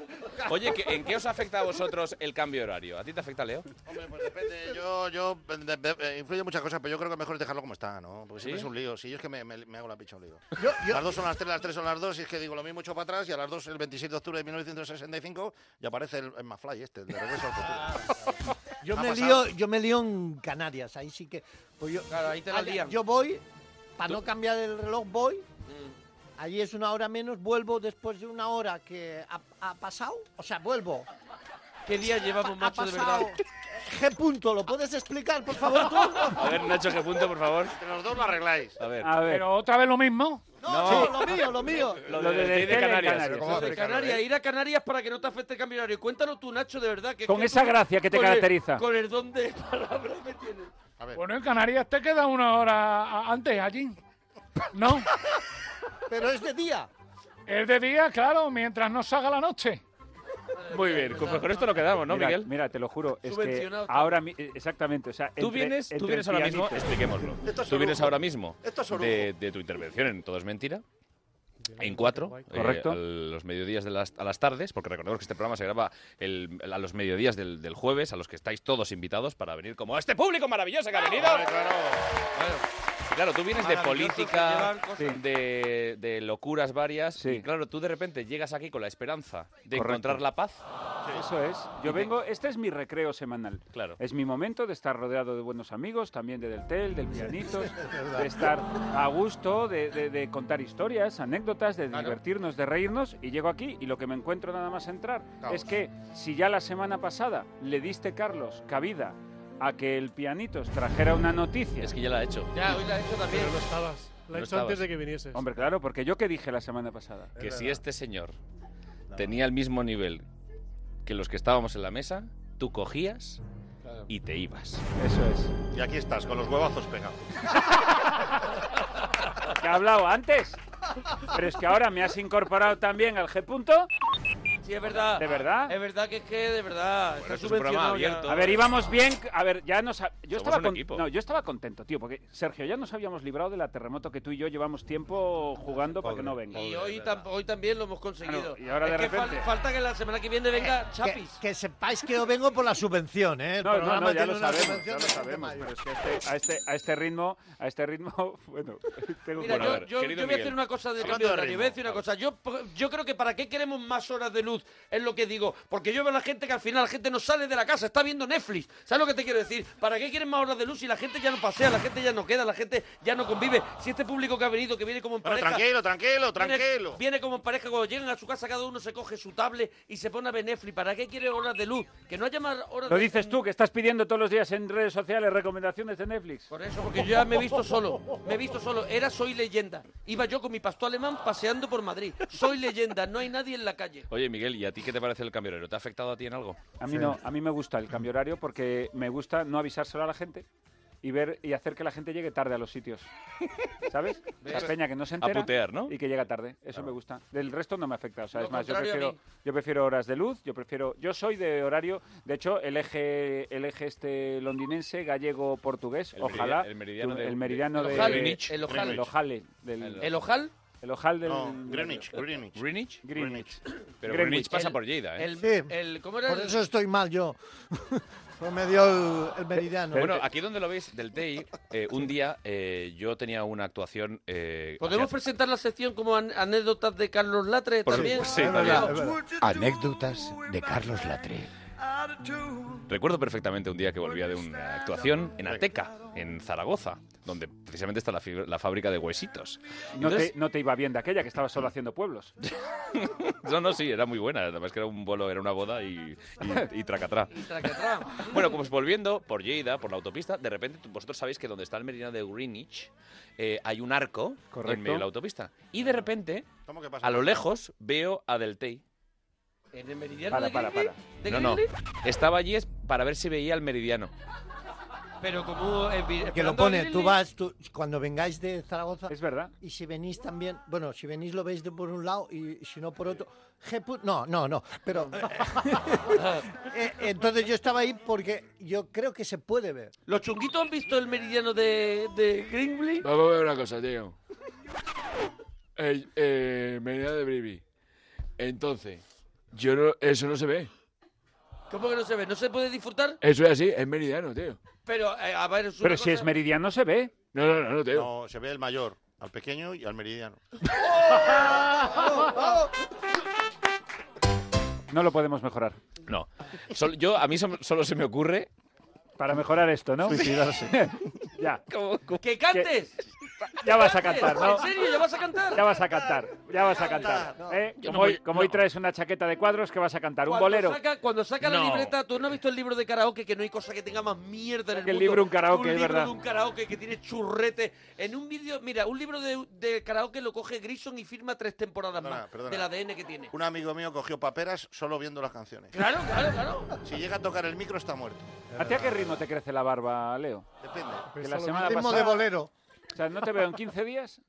Oye, ¿qué- ¿en qué os afecta a vosotros el cambio de horario? ¿A ti te afecta, Leo?
Hombre, pues depende. Yo, yo, de- de- eh, influye muchas cosas, pero yo creo que mejor es dejarlo como está, ¿no? Porque siempre
¿Sí?
es un lío. Si yo es que me, me- me hago la picha un lío. Las dos son las tres, las tres son las dos, y es que digo lo mismo hecho para atrás, y a las dos, el 26 de octubre de 1965, y aparece el, el McFly este, el de regreso al futuro.
Yo
Ha
me,
pasado.
lío, yo me lío en Canarias, ahí sí que... pues yo,
Claro, ahí te la
Ale-
lían.
Yo voy, para no cambiar el reloj, voy,
Mm.
allí es una hora menos, vuelvo después de una hora que ha, ha pasado, o sea, vuelvo.
¿Qué día llevamos,
Ha
macho, de
pasado-
verdad?
¿Qué punto? ¿Lo puedes explicar, por favor, tú?
A ver, Nacho, ¿qué punto, por favor?
Entre los dos lo arregláis.
A ver.
Pero otra vez lo mismo.
No, lo mío, lo mío.
Lo de- de- de Canarias. Pero ¿cómo va a
de
explicarlo,
Canarias,
eh?
ir a Canarias para que no te afecte el cambio de horario. Cuéntalo tú, Nacho, de verdad. Que es
Con
que
esa
tú-
gracia que te
con el-
caracteriza.
con el don de palabra que tienes.
Bueno, en Canarias te queda una hora a- antes allí. ¿No?
Pero es de día.
Es de día, claro, mientras no salga la noche.
Muy bien, con, con esto lo quedamos, ¿no,
mira,
Miguel?
Mira, te lo juro, es que
Subvencionado.
ahora mi- eh, exactamente, o sea,
Tú
entre-
vienes, tú
entre
vienes ahora mismo,
pianitos.
expliquémoslo.
Esto es
Tú vienes
orujo.
ahora mismo
Esto es orujo.
de, de tu intervención en Todo es Mentira. En cuatro, eh,
Correcto.
a los mediodías de las, a las tardes, porque recordemos que este programa se graba el- a los mediodías del, del jueves, a los que estáis todos invitados para venir como este público maravilloso que ha venido. Y Claro, tú vienes de
Maravillosos
política,
que llevan
de, de locuras varias, y claro, tú de repente llegas aquí con la esperanza de
Correcto.
encontrar la paz.
Eso es. Yo vengo, este es mi recreo semanal.
Claro.
Es mi momento de estar rodeado de buenos amigos, también de Del Tel, del Pianitos, de estar a gusto, de, de- de contar historias, anécdotas, de divertirnos, de reírnos. Y llego aquí y lo que me encuentro nada más entrar
Caos.
es que si ya la semana pasada le diste, Carlos, cabida a que el Pianitos trajera una noticia. Es
que ya la ha hecho.
Ya, hoy la ha hecho también.
Pero no estabas. La he
No
hecho antes
estabas.
de que vinieses.
Hombre, claro, porque yo qué dije la semana pasada.
que si este señor tenía el mismo nivel que los que estábamos en la mesa, tú cogías y te ibas.
Eso es.
Y aquí estás, con los huevazos pegados.
que he hablado antes. Pero es que ahora me has incorporado también al G punto
Sí, es verdad.
¿De verdad?
Es verdad que es que, de verdad, está
esto es un programa
subvencionado ya.
abierto. ¿eh?
A ver, íbamos bien. A ver, ya nos. ha- Yo
Somos
estaba,
un
con-
equipo.
no, yo estaba contento, tío, porque Sergio, ya nos habíamos librado de la terremoto que tú y yo llevamos tiempo jugando para que no venga.
Y hoy, tam- hoy también lo hemos conseguido.
Claro, y ahora
Es
de
que fal-
repente-
falta que la semana que viene venga Chapis.
Que sepáis que yo vengo por la subvención, ¿eh? El
Eh, No, no,
programa
no, ya
tiene
lo
una
sabemos, ya
subvención
lo
de
sabemos.
mayo.
Pero es que a este, a, este, a este ritmo, a este ritmo, bueno, tengo
Mira,
que-
yo, yo- yo voy a hacer una cosa de cambio de horario, voy a decir una cosa. Yo, yo creo que para qué queremos más horas de luz, es lo que digo. Porque yo veo a la gente que al final la gente no sale de la casa, está viendo Netflix. ¿Sabes lo que te quiero decir? ¿Para qué quieren más horas de luz si la gente ya no pasea, la gente ya no queda, la gente ya no convive? Si este público que ha venido, que viene como en
Bueno,
pareja...
tranquilo, tranquilo,
viene-
tranquilo.
Viene, como en pareja, cuando llegan a su casa cada uno se coge su tablet y se pone a ver Netflix. ¿Para qué quiere horas de luz? Que no haya más horas
Lo
de
dices tú, que estás pidiendo todos los días en redes sociales recomendaciones de Netflix.
Por eso, porque yo ya me he visto solo, me he visto solo, era Soy Leyenda. Iba yo con mi pasto alemán paseando por Madrid. Soy Leyenda, no hay nadie en la calle.
Oye, Miguel, ¿y a ti qué te parece el cambio horario? ¿Te ha afectado a ti en algo?
A mí no, a mí me gusta el cambio horario porque me gusta no avisárselo a la gente y ver y hacer que la gente llegue tarde a los sitios. ¿Sabes? La
¿Ves?
peña que no se
A
entera
putear, ¿no?
y que llega tarde. Eso me gusta. Del resto no me afecta, o sea,
Lo
es más yo
contrario a
prefiero
mí.
yo prefiero horas de luz, yo prefiero yo soy de horario, de hecho el eje el eje este londinense, gallego portugués,
El
ojalá
meridia- el meridiano de-
el meridiano
El
de
ojal. Greenwich.
el
El
ojal,
ojal.
el ojal del-
El
ojal
el ojal del
No, Greenwich, Greenwich.
Greenwich.
Greenwich. Greenwich.
Pero Greenwich pasa
El-
por Lleida, ¿eh?
El,
Sí.
el- ¿Cómo era?
Por
el-
eso estoy mal yo. Pues me dio el, el meridiano.
Bueno, aquí donde lo veis, del TEI, eh, un día eh, yo tenía una actuación... eh,
¿Podemos
hacía-
presentar la sección como an- anécdotas de Carlos Latre
Por
también? Ah,
supuesto, sí, Es también. verdad, es verdad.
Anécdotas de Carlos Latre.
Recuerdo perfectamente un día que volvía de una actuación en Ateca, en Zaragoza, donde precisamente está la, fibra- la fábrica de huesitos.
No
Entonces-
te, no te iba bien de aquella que estaba
Mm.
solo haciendo pueblos.
No, no, sí, era muy buena. La verdad es que era un vuelo, era una boda y, y, y tracatrá. Bueno, pues volviendo por Lleida, por la autopista, de repente tú- vosotros sabéis que donde está el meridiano de Greenwich eh, hay un arco
Correcto.
en medio de la autopista. Y de repente,
¿Cómo que pasa?
a lo lejos, veo a Del Tey.
¿En el meridiano
Para,
de
para,
Greenwich? ¿De
No, no.
Greenwich?
Estaba allí es para ver si veía el meridiano.
Pero como... eh, vi-
Que
esperando
lo
a
pone, tú
Greenwich.
vas, tú, cuando vengáis de Zaragoza.
Es verdad.
Y si venís también, bueno, si venís lo veis de por un lado y si no por otro. G pu- No, no, no, pero. Eh, Entonces yo estaba ahí porque yo creo que se puede ver.
¿Los chunguitos han visto el meridiano de, de Greenwich?
Vamos a ver una cosa, tío. El, eh, Meridiano de Brivi. Entonces, yo no, eso no se ve.
¿Cómo que no se ve? ¿No se puede disfrutar?
Eso es así, es meridiano, tío.
Pero, eh, a ver, es una
Pero si es
cosa-
meridiano se ve.
No, no, no, no, tío.
No, se ve el mayor, al pequeño y al meridiano.
No lo podemos mejorar.
No. Sol- yo, a mí som- solo se me ocurre...
Para mejorar esto, ¿no? ya.
¡Que cantes!
Ya vas a cantar, ¿no?
¿En serio? ¿Ya vas a cantar?
Ya vas a cantar, ya vas a cantar. ¿eh?
Yo
Como,
no
hoy,
voy-
como hoy traes una chaqueta de cuadros, que vas a cantar? ¿Un
Cuando
bolero?
saca- cuando saca la
No.
libreta, tú no has visto el libro de karaoke, que no hay cosa que tenga más mierda en el
Que el
mundo.
libro un karaoke,
un
es
libro
verdad.
de un karaoke que tiene churrete. En un vídeo, mira, un libro de, de karaoke lo coge Grison y firma tres temporadas más
perdona.
del ADN que tiene.
Un amigo mío cogió paperas solo viendo las canciones.
Claro, claro, claro.
Si llega a tocar el micro está muerto.
¿A ti a qué ritmo te crece la barba, Leo?
Depende.
Que la semana
Ritmo
pasada-
de bolero.
O sea, no te veo en 15 días.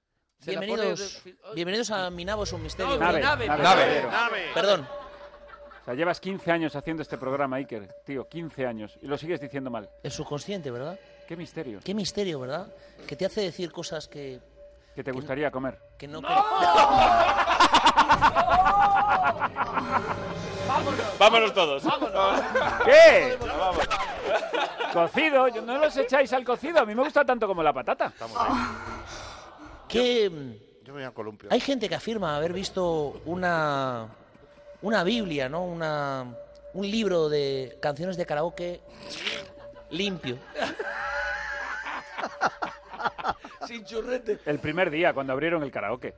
Se la Bienvenidos- pone
bienvenidos a Mi Nabo es un misterio.
No, Nave, nave,
bolero.
nave.
Perdón.
O sea, llevas 15 años haciendo este programa, Iker. Tío, 15 años. Y lo sigues diciendo mal.
El subconsciente, ¿verdad?
Qué misterio.
Qué misterio, ¿verdad? Que te hace decir cosas que,
Que te gustaría comer.
que no...
Vámonos todos.
¿Qué? Cocido, yo- no los echáis al cocido. A mí me gusta tanto como la patata.
Que
Yo me voy a columpio.
hay gente que afirma haber visto una, una Biblia, ¿no? Una, un libro de canciones de karaoke limpio.
Sin churrete.
El primer día, cuando abrieron el karaoke.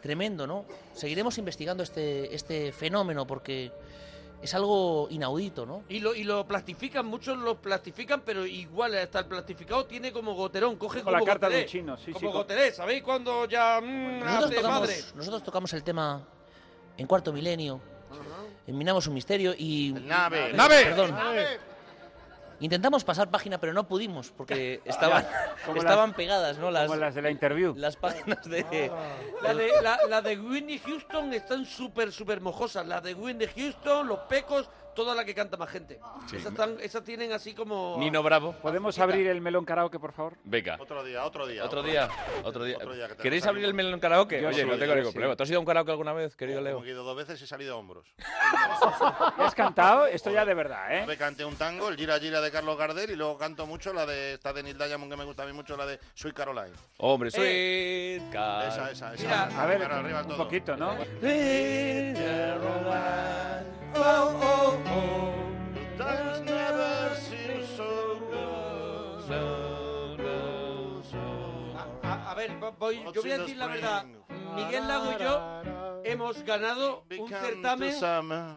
Tremendo, ¿no? Seguiremos investigando este, este fenómeno porque es algo inaudito, ¿no?
Y lo, y lo plastifican, muchos lo plastifican, pero igual hasta el plastificado tiene como goterón, coge
Con
como
la carta de
goteré,
un chino, sí, sí,
Como
con-
goteré, ¿sabéis cuando ya mm,
Nosotros
hace madre?
tocamos, nosotros tocamos el tema en cuarto milenio, en Minamos un misterio y...
Nave.
Perdón. Intentamos pasar página, pero no pudimos porque estaban,
Ah, Como
estaban
las-
pegadas, ¿no? Las,
como las de la interview. Ah.
Las páginas de...
La de, la, la de Whitney Houston están súper, súper mojosas. La de Whitney Houston, los pecos, toda la que canta más gente.
Sí.
Esas, están- esas tienen así como.
Nino Bravo.
¿Podemos abrir el melón karaoke, por favor?
Venga.
Otro día, otro día.
Otro día, otro día.
día que te
¿Queréis
lo
abrir el melón karaoke?
Yo
Oye,
sí,
no tengo
yo
ningún
sí.
problema. ¿Tú has ido a un karaoke alguna vez, querido Leo?
He ido dos veces y he salido a hombros.
¿Y ¿Has cantado? Esto ya de verdad, ¿eh?
Me canté un tango, el Gira Gira de Carlos Gardel, y luego canto mucho la de esta de Neil Diamond, que me gusta a mí mucho, la de Soy Caroline.
Hombre, soy...
Eh,
Ah.
Esa, esa, esa.
A ver,
Cara arriba
un
todo.
poquito, ¿no?
Oh, oh,
Times never seem so good.
A, a ver, vo- voy, yo voy a decir la verdad. Miguel Lago y yo hemos ganado un certamen.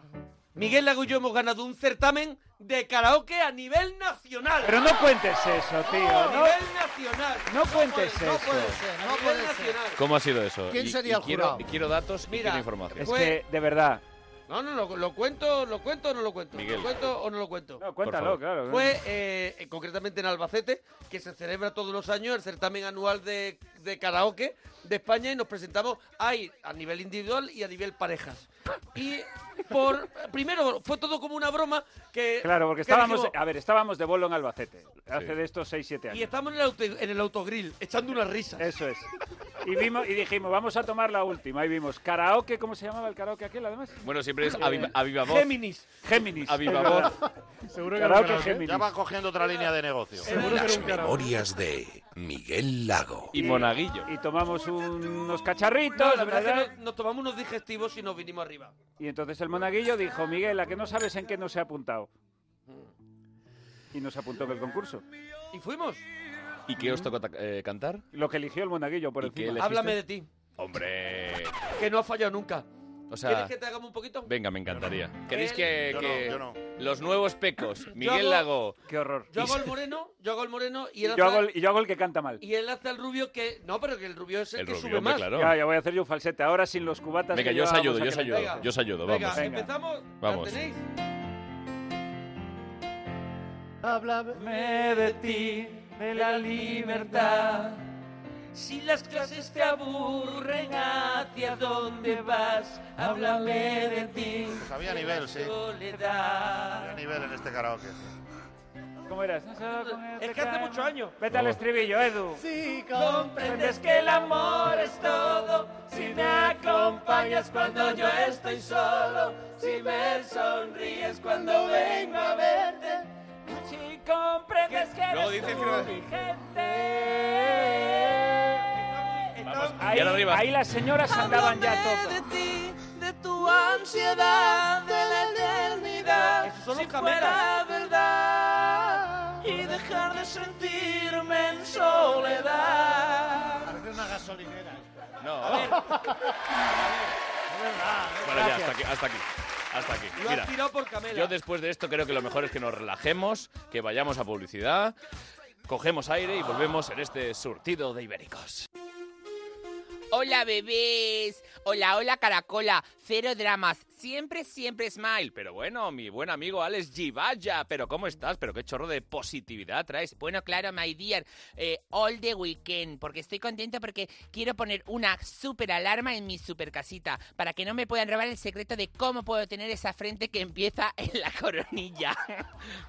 Miguel Lago y yo hemos ganado un certamen de karaoke a nivel nacional.
Pero no cuentes eso, tío.
A
No,
nivel nacional.
no cuentes
No
eso.
puede ser, no puede ser.
¿Cómo ha sido eso?
¿Quién
Y-
sería
y
el
quiero,
jurado?
y quiero datos y
Pues Mira,
quiero información.
Es
Fue-
que, de verdad.
No, no, lo, lo cuento, lo cuento o no lo cuento.
Miguel.
¿Lo cuento o no lo cuento? No,
cuéntalo, favor. claro.
Fue eh, eh, concretamente en Albacete, que se celebra todos los años el certamen anual de, de karaoke de España y nos presentamos ahí a nivel individual y a nivel parejas. Y por primero fue todo como una broma que
Claro, porque
que
estábamos,
dijimos,
a ver, estábamos de bolo en Albacete hace de estos 6-7
y
años.
estamos en el, auto- en el autogrill echando unas risas.
Eso es. Y vimos y dijimos, vamos a tomar la última. Y vimos karaoke, ¿cómo se llamaba el karaoke aquel además?
Bueno, siempre es
Eh,
a viva, a viva voz.
Géminis. Géminis.
A viva
es verdad.
voz.
Seguro que era Karaoke karaoke. Géminis.
Ya van cogiendo otra línea de negocio.
Las memorias de Miguel Lago.
Y Monaguillo.
Y tomamos unos
No,
cacharritos.
la verdad
¿verdad?
es que nos, nos tomamos unos digestivos y nos vinimos arriba.
Y entonces el monaguillo dijo, Miguel, a que no sabes en qué no se ha apuntado. Y nos apuntó en el concurso.
Y fuimos.
¿Y qué os tocó ta- eh, cantar?
Lo que eligió el monaguillo por
¿Y qué
encima.
elegiste? Háblame
de ti.
Hombre.
Que no ha fallado nunca.
O sea,
¿Quieres que te hagamos un poquito?
venga, me encantaría. ¿Queréis que,
Yo no,
que
yo
los nuevos pecos, Miguel
hago-
Lago?
Qué horror.
Yo hago el moreno, yo hago el moreno y
Y
él
yo,
hace-
hago el, y yo hago el que canta mal.
Y él hace al rubio que. No, pero que el rubio es el, que sube más.
Ya, ya voy a hacer yo un falsete. Ahora sin los cubatas.
Venga,
que
yo os
llevábamos
ayudo, yo os
aquel
ayudo,
día.
yo os ayudo,
Venga,
vamos.
venga.
Empezamos.
Vamos.
¿Tenéis?
Háblame
de ti, de la libertad. Si las clases te aburren, ¿hacia dónde vas? Háblame de ti.
Había nivel, sí. Había nivel en este karaoke.
¿Cómo eras?
Es que hace muchos años.
Vete al estribillo, Edu.
Si
comprendes que el amor es todo, si me acompañas cuando yo estoy solo, si me sonríes cuando vengo a verte, si comprendes que
Luego
eres
dices
tú
que-
mi gente.
Ahí,
Y ahora arriba.
ahí las señoras andaban ya todas.
de tu ansiedad de la eternidad si fuera verdad y dejar de sentirme en soledad
Parece una gasolinera.
No.
A ver. Es verdad.
Bueno, ya,
Gracias.
hasta aquí, hasta aquí. Hasta aquí.
Lo has
Mira,
tirado por Camela.
yo después de esto creo que lo mejor es que nos relajemos, que vayamos a publicidad, cogemos aire y volvemos en este surtido de ibéricos.
Hola bebés, hola, hola caracola, cero dramas, siempre, siempre smile.
Pero bueno, mi buen amigo Alex G. Vaya, pero ¿cómo estás? Pero qué chorro de positividad traes.
Bueno, claro, my dear, eh, all the weekend, porque estoy contento porque quiero poner una super alarma en mi super casita para que no me puedan robar el secreto de cómo puedo tener esa frente que empieza en la coronilla.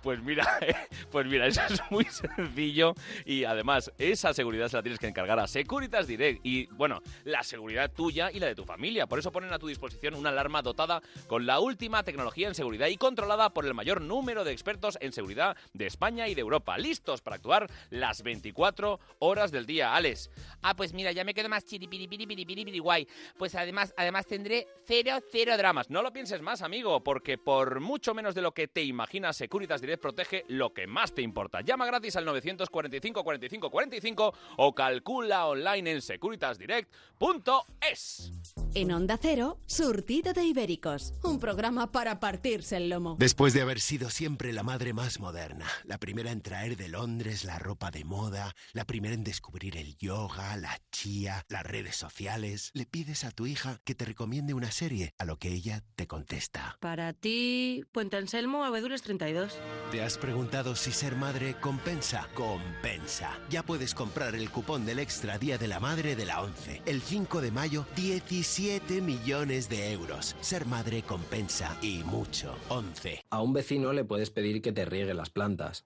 Pues mira, pues mira, eso es muy sencillo y además esa seguridad se la tienes que encargar a Securitas Direct y bueno, la seguridad tuya y la de tu familia. Por eso ponen a tu disposición una alarma dotada con la última tecnología en seguridad y controlada por el mayor número de expertos en seguridad de España y de Europa, listos para actuar las 24 horas del día. Alex,
Ah, pues mira, ya me quedo más chiripiripiripiripiri guay. Pues además, además tendré cero, cero dramas.
No lo pienses más, amigo, porque por mucho menos de lo que te imaginas, Securitas Direct protege lo que más te importa. Llama gratis al 945 45 45 o calcula online en securitasdirect.es.
En Onda Cero, Surtido de Ibéricos, un programa para partirse el lomo.
Después de haber sido siempre la madre más moderna, la primera en traer de Londres la ropa de moda, la primera en descubrir el yoga, la chía, las redes sociales, le pides a tu hija que te recomiende una serie, a lo que ella te contesta.
Para ti, Puente Anselmo, Abedules 32.
¿Te has preguntado si ser madre compensa? Compensa. Ya puedes comprar el cupón del Extra Día de la Madre de la 11. El 5 de mayo, 17 millones de euros. Ser madre compensa y mucho. 11.
A un vecino le puedes pedir que te riegue las plantas,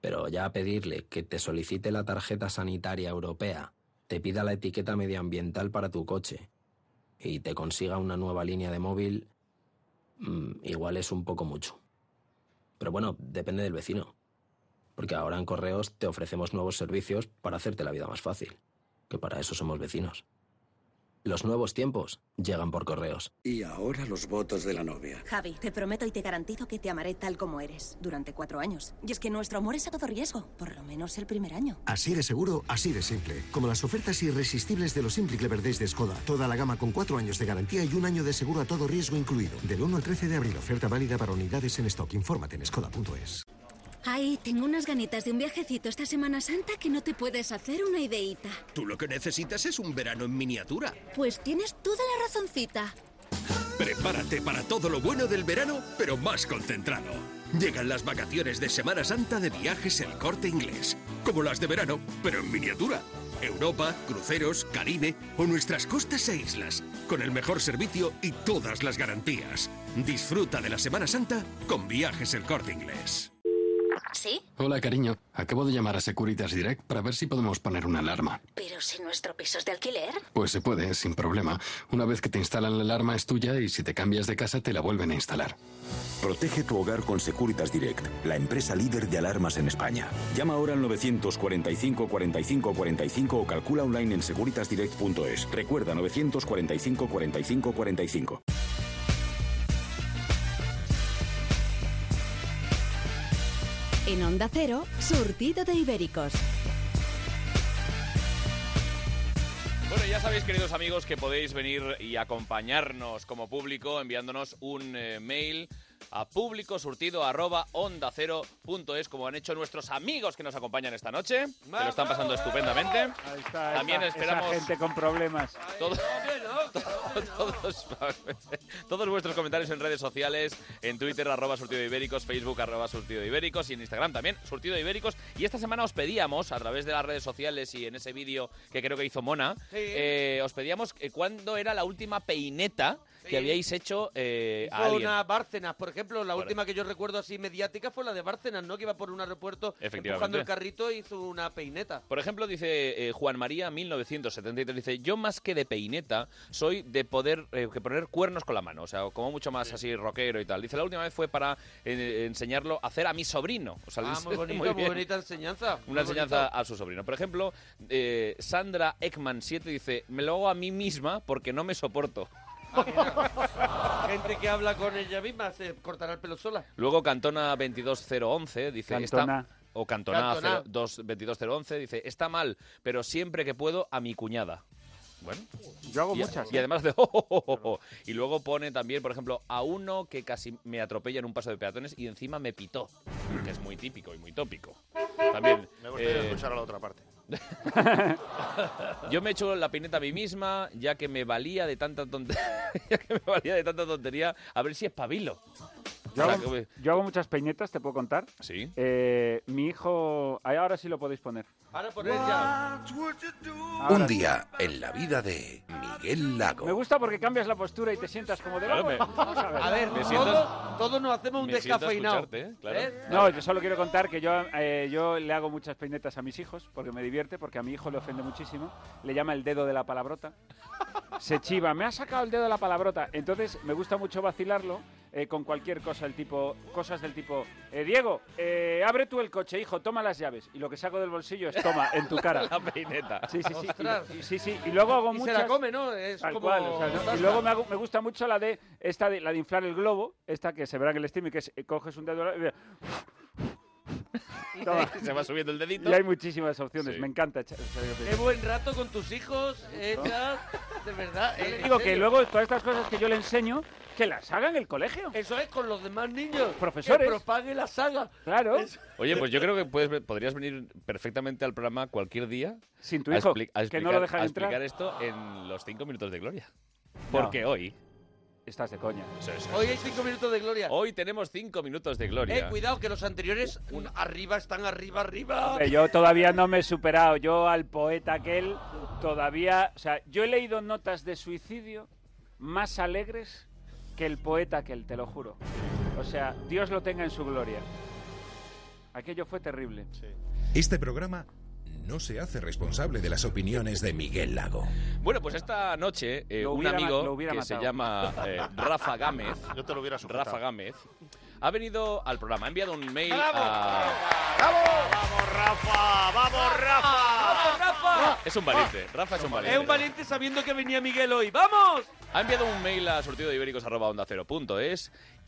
pero ya pedirle que te solicite la tarjeta sanitaria europea, te pida la etiqueta medioambiental para tu coche y te consiga una nueva línea de móvil, mm, igual es un poco mucho. Pero bueno, depende del vecino. Porque ahora en Correos te ofrecemos nuevos servicios para hacerte la vida más fácil, que para eso somos vecinos. Los nuevos tiempos llegan por Correos.
Y ahora los votos de la novia.
Javi, te prometo y te garantizo que te amaré tal como eres durante cuatro años. Y es que nuestro amor es a todo riesgo, por lo menos el primer año.
Así de seguro, así de simple. Como las ofertas irresistibles de los Simply Clever Days de Skoda. Toda la gama con cuatro años de garantía y un año de seguro a todo riesgo incluido. Del 1 al 13 de abril, oferta válida para unidades en stock. Infórmate en skoda.es.
Ay, tengo unas ganitas de un viajecito esta Semana Santa que no te puedes hacer una ideita.
Tú lo que necesitas es un verano en miniatura.
Pues tienes toda la razoncita.
Prepárate para todo lo bueno del verano, pero más concentrado. Llegan las vacaciones de Semana Santa de viajes el corte inglés, como las de verano, pero en miniatura. Europa, cruceros, Caribe o nuestras costas e islas, con el mejor servicio y todas las garantías. Disfruta de la Semana Santa con viajes el corte inglés.
¿Ah, ¿Sí?
Hola, cariño. Acabo de llamar a Securitas Direct para ver si podemos poner una alarma.
Pero si nuestro piso es de alquiler.
Pues se puede, sin problema. Una vez que te instalan la alarma es tuya y si te cambias de casa te la vuelven a instalar.
Protege tu hogar con Securitas Direct, la empresa líder de alarmas en España. Llama ahora al 945 45 45 o calcula online en securitasdirect.es. Recuerda 945 45 45.
En Onda Cero, Surtido de Ibéricos.
Bueno, ya sabéis, queridos amigos, que podéis venir y acompañarnos como público enviándonos un eh, mail a público surtido como han hecho nuestros amigos que nos acompañan esta noche que lo están pasando estupendamente
Ahí está,
También
esa-
esperamos-
esa gente con problemas.
Todo- todos, todos vuestros comentarios en redes sociales, en Twitter, arroba surtido de ibéricos, Facebook, arroba surtido de ibéricos y en Instagram también, surtido de ibéricos. Y esta semana os pedíamos, a través de las redes sociales y en ese vídeo que creo que hizo Mona,
Sí.
eh, os pedíamos eh, cuándo era la última peineta que habíais hecho eh, a
Fue
alguien.
una Bárcenas, por ejemplo, la última que yo recuerdo así mediática fue la de Bárcenas, ¿no? Que iba por un aeropuerto
Efectivamente.
empujando el carrito e hizo una peineta.
Por ejemplo, dice eh, Juan María 1973, dice, yo más que de peineta, soy de poder eh, que poner cuernos con la mano, o sea, como mucho más así rockero y tal. Dice, la última vez fue para eh, enseñarlo a hacer a mi sobrino. O sea,
Ah,
dice,
muy bonito, muy,
bien.
bonita enseñanza. muy
Una enseñanza
bonito.
a su sobrino. Por ejemplo, eh, Sandra Ekman 7 dice, me lo hago a mí misma porque no me soporto.
Gente que habla con ella misma se cortará el pelo sola.
Luego Cantona 22011 dice
Cantona.
está o Cantona,
Cantona.
02 22011 dice está mal, pero siempre que puedo a mi cuñada. Bueno,
yo hago
y, a-
muchas,
Y
¿eh?
además de "Oh, oh, oh, oh, oh". y luego pone también, por ejemplo, a uno que casi me atropella en un paso de peatones y encima me pitó, que es muy típico y muy tópico. También
Me gustaría
eh,
escuchar a la otra parte.
yo me echo la pineta a mí misma, ya que me valía de tanta tontería, ya que me valía de tanta tontería, a ver si espabilo.
Yo
O sea,
hago,
que-
yo hago muchas peinetas, ¿te puedo contar? Eh,
Sí.
mi hijo... Ahí Ahora sí lo podéis poner.
Ahora poner ya.
Ahora
Un
sí.
día en la vida de Miguel Lago.
Me gusta porque cambias la postura y te sientas como de...
Claro,
"Vamos,
me-
vamos a ver".
A ver,
Me
todos
siento-
todos nos hacemos un
me siento a
descafeinado.
escucharte, ¿eh? Claro.
¿Eh?
No, yo solo quiero contar que yo, eh, yo le hago muchas peinetas a mis hijos porque me divierte, porque a mi hijo le ofende muchísimo. Le llama el dedo de la palabrota. Se chiva, me ha sacado el dedo de la palabrota. Entonces me gusta mucho vacilarlo eh, con cualquier cosa, el tipo, cosas del tipo, eh, Diego, eh, abre tú el coche, hijo, toma las llaves. Y lo que saco del bolsillo es toma, en tu cara.
La peineta.
Sí, sí, sí.
Ostras.
Y, sí, sí. Y luego hago
Y se
muchas...
la come, ¿no? Es
Tal
como-
cual, o sea, ¿no?
Ostras.
Y luego me, hago- me gusta mucho la de esta de la de inflar el globo, esta que se verá en el streaming, que es eh, coges un dedo y Toma.
Se va subiendo el dedito.
Y hay muchísimas opciones,
Sí.
me encanta. echa-
Qué buen rato con tus hijos, ellas. eh, de verdad.
Yo
eh,
le
en
digo que
serio.
luego todas estas cosas que yo le enseño, que las haga en el colegio.
Eso es con los demás niños.
profesores.
Que propague la saga.
Claro.
Oye, pues yo creo que puedes, podrías venir perfectamente al programa cualquier día.
Sin tu
a
hijo,
expli-
que no
a explicar-
lo dejan
a
entrar.
explicar esto en los cinco minutos de gloria. Porque hoy.
Estás de coña.
Hoy hay cinco minutos de gloria.
Hoy tenemos cinco minutos Oh, de gloria.
Eh, cuidado, que los anteriores arriba están arriba, arriba.
Hombre, Yo todavía no me he superado. Yo al poeta aquel todavía... O sea, yo he leído notas de suicidio más alegres que el poeta aquel, te lo juro. O sea, Dios lo tenga en su gloria. Aquello fue terrible.
Este programa no se hace responsable de las opiniones de Miguel Lago.
Bueno, pues esta noche eh,
Lo
un
hubiera ma- lo
amigo que
hubiera
se
matado.
llama eh, Rafa Gámez.
Yo te lo hubiera sujetado.
Rafa Gámez ha venido al programa, ha enviado un mail a.
¡Vamos, Rafa! Ah,
Rafa!
¡Vamos,
¡Vamos, Rafa!
Ah, Es un valiente,
Ah,
Rafa es un valiente.
Es un valiente sabiendo que venía Miguel hoy. ¡Vamos!
Ha enviado un mail a sortido de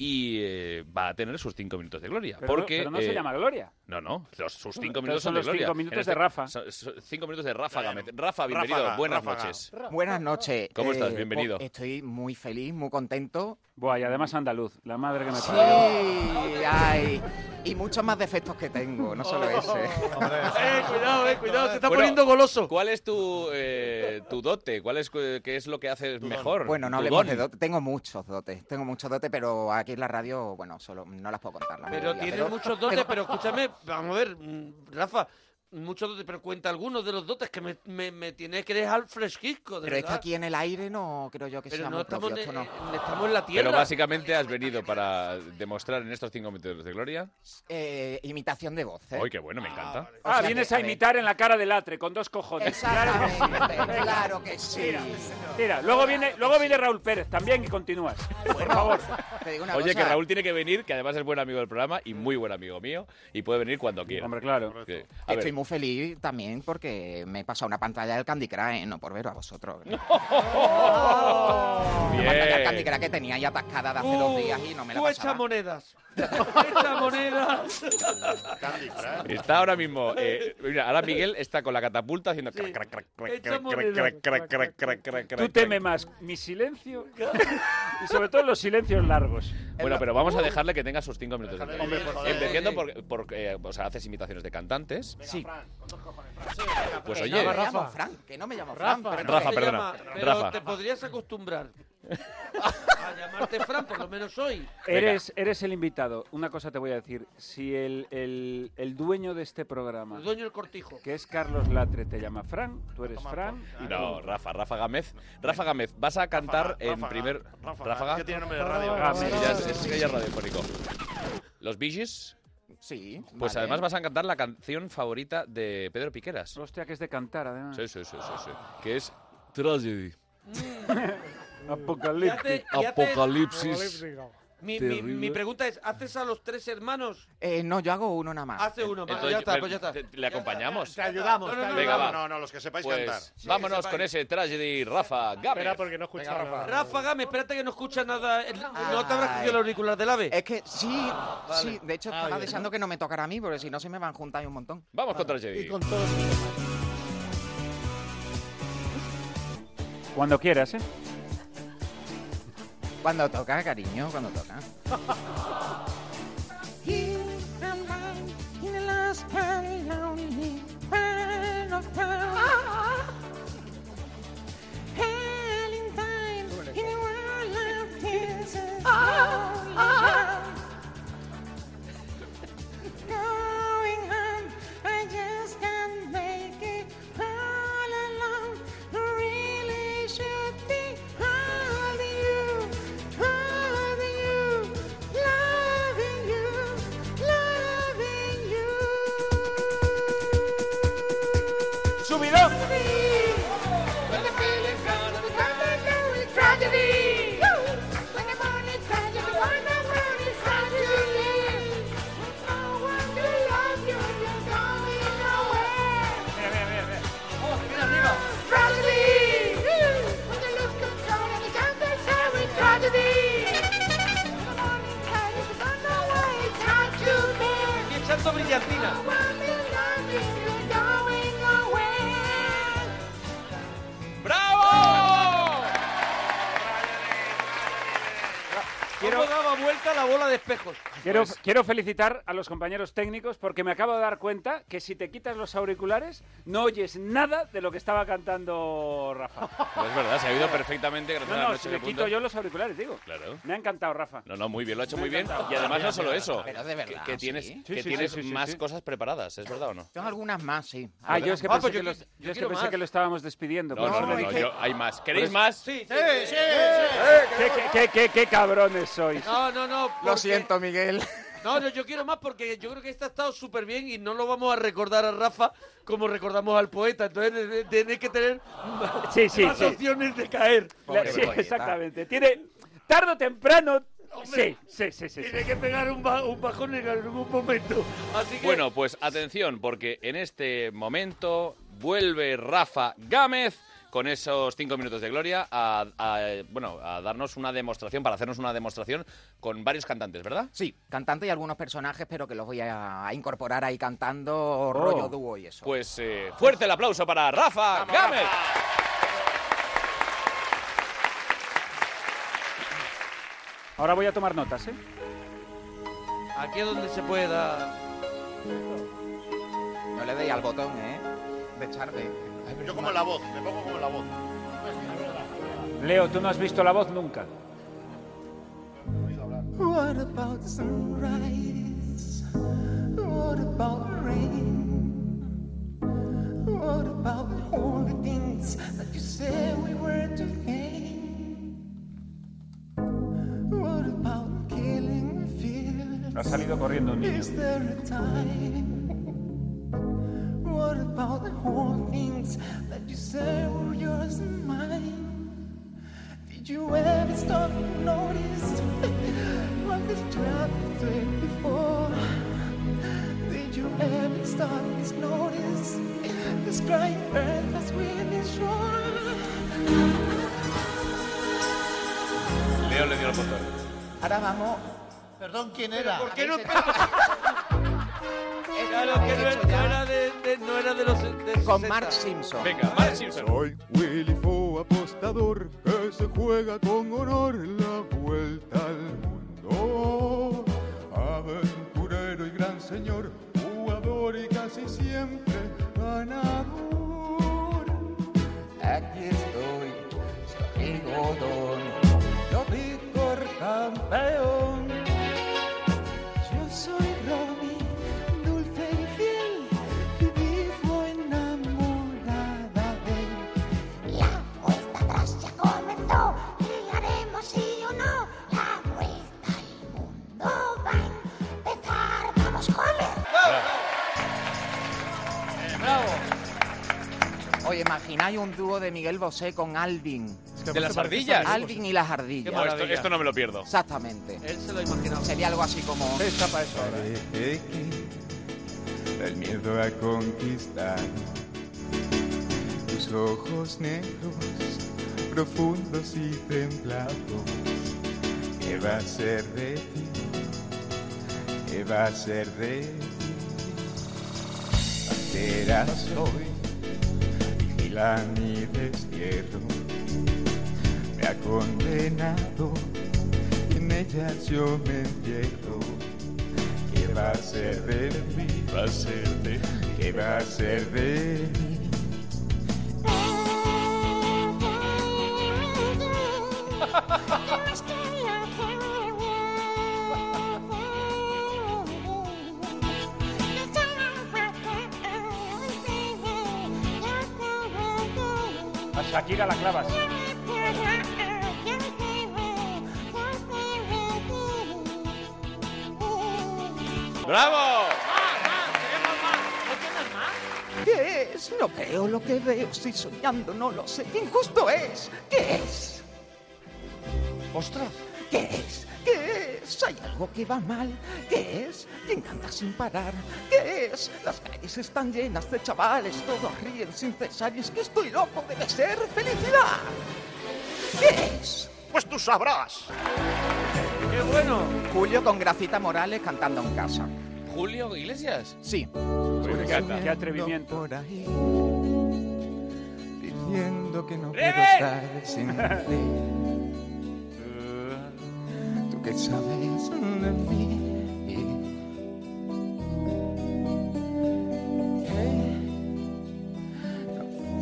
y eh, va a tener sus cinco minutos de gloria.
Pero,
porque,
pero no
eh,
se llama gloria.
No, no, los- sus
Pero
cinco minutos
son
son de
los
gloria.
cinco
En este
minutos de Rafa.
son- son cinco minutos de Rafa Gámez. Rafa, bienvenido,
Ráfaga,
buenas
ráfaga.
noches.
Ah,
Buenas noches.
¿Cómo estás?
po-
Bienvenido.
Estoy muy feliz, muy contento.
Buah, y además andaluz, la madre que me
Sí,
parió. Oh.
ay, y muchos más defectos que tengo, no solo ese.
Eh, cuidado, eh, cuidado, se está
Bueno,
poniendo goloso.
¿Cuál es tu, eh, tu dote? ¿Cuál es, eh, ¿Qué es lo que haces mejor?
Bueno, no
Tu
hablemos
don.
de dotes. Tengo muchos dotes, tengo muchos dotes, pero aquí en la radio, bueno, solo no las puedo contar. la
Pero
mayoría,
tiene
pero-
muchos dotes, pero escúchame, vamos a ver, mm, Rafa, muchos dotes, pero cuenta algunos de los dotes que me, me, me tiene que dejar fresquisco, de
Pero está
verdad.
aquí en el aire, no creo yo que
Pero
sea
no
muy
estamos
propio, esto
en-
no.
estamos en la
Pero básicamente has venido para demostrar en estos cinco minutos de gloria.
Eh, imitación de voz, ¿eh?
¡Ay, qué bueno, me encanta!
O sea
Ah,
que,
vienes a
ver,
imitar en la cara del atre, con dos cojones.
Exactamente, claro que sí.
Mira, Tira, luego viene, luego viene Raúl Pérez también y continúas. Por favor.
Te digo una
Oye,
cosa.
que Raúl tiene que venir, que además es buen amigo del programa y muy buen amigo mío, y puede venir cuando quiera.
Hombre, claro.
A
Estoy
ver,
muy feliz también porque me he pasado una pantalla del Candy Crush, no por veros a vosotros.
Oh.
Una pantalla del Candy
bien.
Crush que tenía ahí atascada de hace dos
Uh,
días y no me la
Tú echa
pasaba.
monedas. echa monedas.
Está ahora mismo. eh, mira, ahora Miguel está con la catapulta haciendo. crac, crac, crac, crac,
Echa
crac,
monedas.
crac, crac, crac, crac, crac,
Tú
crac.
teme más mi silencio y sobre todo los silencios largos. Uh.
Bueno, pero vamos a dejarle que tenga sus cinco minutos. de
Déjale
gloria.
vivir, joder.
Empezando por, por, eh, o sea, haces imitaciones de cantantes. Sí. Pues
que
oye,
no me llamo Frank, que no me llamo Frank.
Rafa,
perdón.
Rafa,
Se
perdona.
llama-
Pero
Rafa.
te podrías acostumbrar a llamarte Fran, por lo menos hoy.
Eres, eres el invitado. Una cosa te voy a decir. Si el, el- el dueño de este programa,
El dueño del cortijo.
que es Carlos Latre, te llama Fran, tú eres Fran. y
No,
tú-
Rafa, Rafa Gámez. Rafa Gámez, vas a cantar en primer.
Rafa,
Ráfaga.
es que tiene nombre de radio.
Gámez.
Sí,
Ya es,
sí, sí,
es
sí.
que ya es radiofónico. ¿Los Billys?
Sí.
Pues
vale.
además vas a cantar la canción favorita de Pedro Piqueras.
Hostia, que es de cantar, además.
Sí, sí, sí, sí. sí. Que es Tragedy.
Apocalipsis.
Y haces-
Apocalipsis.
Mi, mi-
Terrible.
mi pregunta es, ¿haces a los tres hermanos?
Eh, no, yo hago uno nada más.
Hace uno más.
Ah, Entonces,
ya está,
pero
pues ya está.
te- ¿Le acompañamos?
Te ayudamos, te
Venga,
ayudamos.
va.
No, no, los que sepáis
Pues,
cantar. Sí,
Vámonos
que sepáis.
con ese Tragedy, Rafa Gámez.
Espera,
porque no
Venga, Rafa. Rafa Gámez, espérate que no escucha nada. El-
Ah.
No te habrás
Ay.
cogido el auricular del ave.
Es que sí, sí. De hecho, estaba
Vale.
deseando que no me tocara a mí, porque si no se me van a juntar ahí un montón.
Vamos con Tragedy.
Cuando quieras, ¿eh?
Cuando toca, cariño, cuando toca.
Here am I in the last and lonely man of town. Hell in time in a world of tears and lonely hours. Going home, I just can't make it all alone. Really should be holding you, holding you, loving you, loving you.
¡Subidón!
Y echando brillantina.
¡Bravo!
Quiero... daba vuelta la bola de espejos?
Quiero,
Pues-
quiero felicitar a los compañeros técnicos porque me acabo de dar cuenta que si te quitas los auriculares no oyes nada de lo que estaba cantando Rafa.
Pues es verdad, se ha ido perfectamente gracias
No,
a la
no,
noche
si
de
me
punta.
quito yo los auriculares, digo.
Claro.
Me ha encantado Rafa.
No, no, muy bien, lo ha hecho
Me
muy bien.
encanta.
Y además no
Pero
solo
de
eso,
verdad,
que-
verdad,
que,
¿sí?
tienes,
Sí,
que
sí,
tienes
sí, sí,
más
sí.
cosas preparadas, ¿es verdad o no?
Son algunas más, sí.
Ah, yo es que
Ah,
pensé
pues
que,
yo
lo,
qui- yo
yo es que
quiero
pensé
más.
que lo estábamos despidiendo.
No, no, no, no, yo- hay más. ¿Queréis más? Sí,
sí,
Eh,
sí. ¿Qué, qué- qué- qué- qué cabrones sois?
No, no, no. porque-
siento, Miguel.
No, no, yo quiero más porque yo creo que esta ha estado súper bien y no lo vamos a recordar a Rafa como recordamos al poeta. Entonces de- de- tenéis que tener más,
Sí, sí,
más
sí.
opciones de caer.
La- sí, exactamente. Tiene, tarde o temprano...
Hombre,
sí, sí, sí, sí.
Tiene que pegar un, ba- un bajón en algún momento. Así que
Bueno, pues atención, porque en este momento vuelve Rafa Gámez con esos cinco minutos de gloria a, a, bueno, a darnos una demostración, para hacernos una demostración con varios cantantes, ¿verdad?
Sí, cantante y algunos personajes, pero que los voy a, a incorporar ahí
Oh.
cantando rollo dúo y eso.
Pues eh, fuerte el aplauso para Rafa Gámez.
Ahora voy a tomar notas, ¿eh?
aquí es donde se puede dar.
No le deis al botón, ¿eh? De echarle.
Yo como la voz, me pongo como la voz.
Leo, tú no has visto la voz nunca.
What about the sunrise? What about the rain? What about all the things that you said we were to gain? What about killing the fear?
Ha salido corriendo un niño.
Is
Este-
there a time? What about the whole things that you said were yours and mine? Did you ever stop and notice what this trap did before? Did you ever stop this notice this crying earth that's within shore?
Leo le dio el botón.
Ahora vamos. Perdón, ¿quién era? ¿Por
qué no Claro, que no, era- no era de, de- no era de los. De Con Mark
Simpson.
Venga, Mark Simpson.
Soy Willy Fo, apostador que se juega con honor la vuelta al mundo. Aventurero y gran señor, jugador y casi siempre ganador. Aquí estoy, soy Godón, yo Víctor campeón.
Yo soy Romy, dulce y fiel, vivo enamorada de él. La este vuelta atrás ya comenzó, llegaremos sí o no, la vuelta al mundo va a empezar, vamos con
¡Bravo!
Oye, imagináis un dúo de Miguel Bosé con Alvin.
¿De las ardillas?
Alvin y las
No,
ardillas.
esto, esto no me lo pierdo.
Exactamente. Él se lo imaginaba. Sería algo así como... para eso
El miedo a conquistar tus ojos negros, profundos y templados. ¿Qué va a ser de ti? ¿Qué va a ser de ti? Bandera soy, Milán y destierro. Me ha condenado, y en ella yo me entierro. ¿Qué va a ser de mí? Va a ser de ¿Qué va a ser de mí?
A Shakira la clavas.
¡Bravo!
¿Qué es? No veo lo que veo, estoy soñando, no lo sé. ¿Qué injusto es? ¿Qué es? ¡Ostras! ¿Qué es? ¿Qué es? ¿Hay algo que va mal? ¿Qué es? ¿Quién canta sin parar? ¿Qué es? Las calles están llenas de chavales, todos ríen sin cesar y es que estoy loco, debe ser felicidad. ¿Qué es?
Pues tú sabrás.
¡Qué bueno! Julio con Gracita Morales cantando en casa.
¿Julio Iglesias?
Sí.
me encanta.
Qué atrevimiento.
Diciendo que no puedo estar sin ti. Tú que sabes de mí.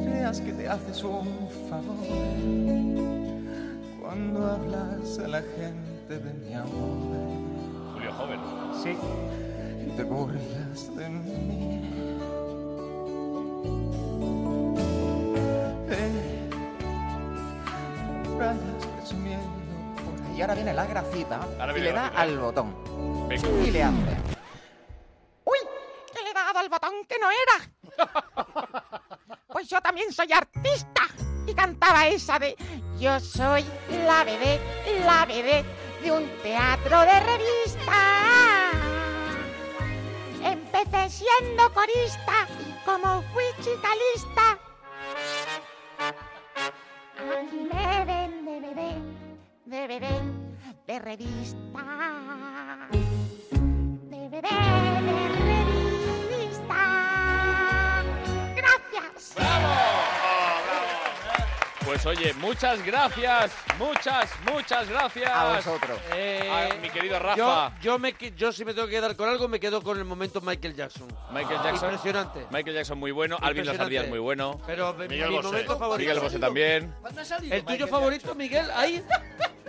Creas que te haces un favor cuando hablas a la gente de mi amor.
Julio Joven.
Sí. Te burlas de mí. Eh, rayas presumiendo por ahí.
Y ahora viene la gracita
Ahora
y
viene
le
la
da
gracita.
al botón.
Venga.
Y le hace.
que le he dado al botón que no era. Pues yo también soy artista. Y cantaba esa de Yo soy la bebé, la bebé de un teatro de revista. Empecé siendo corista y como fui chica lista. Aquí me ven de bebé, de bebé, de revista. De bebé, de revista. Gracias.
Pues oye, muchas gracias, muchas, muchas gracias.
A vosotros.
Eh, a mi querido
Yo,
Rafa.
yo, me, que- yo si me tengo que quedar con algo, me quedo con el momento Michael Jackson.
Michael Jackson.
Impresionante.
Michael Jackson muy bueno, Alvin Las
Impresionante.
Ardillas muy bueno.
Pero mi- Miguel mi Bosé. momento favorito-
Miguel Bosé también.
¿Cuándo ha salido ¿El tuyo favorito, Miguel? ¿Ahí?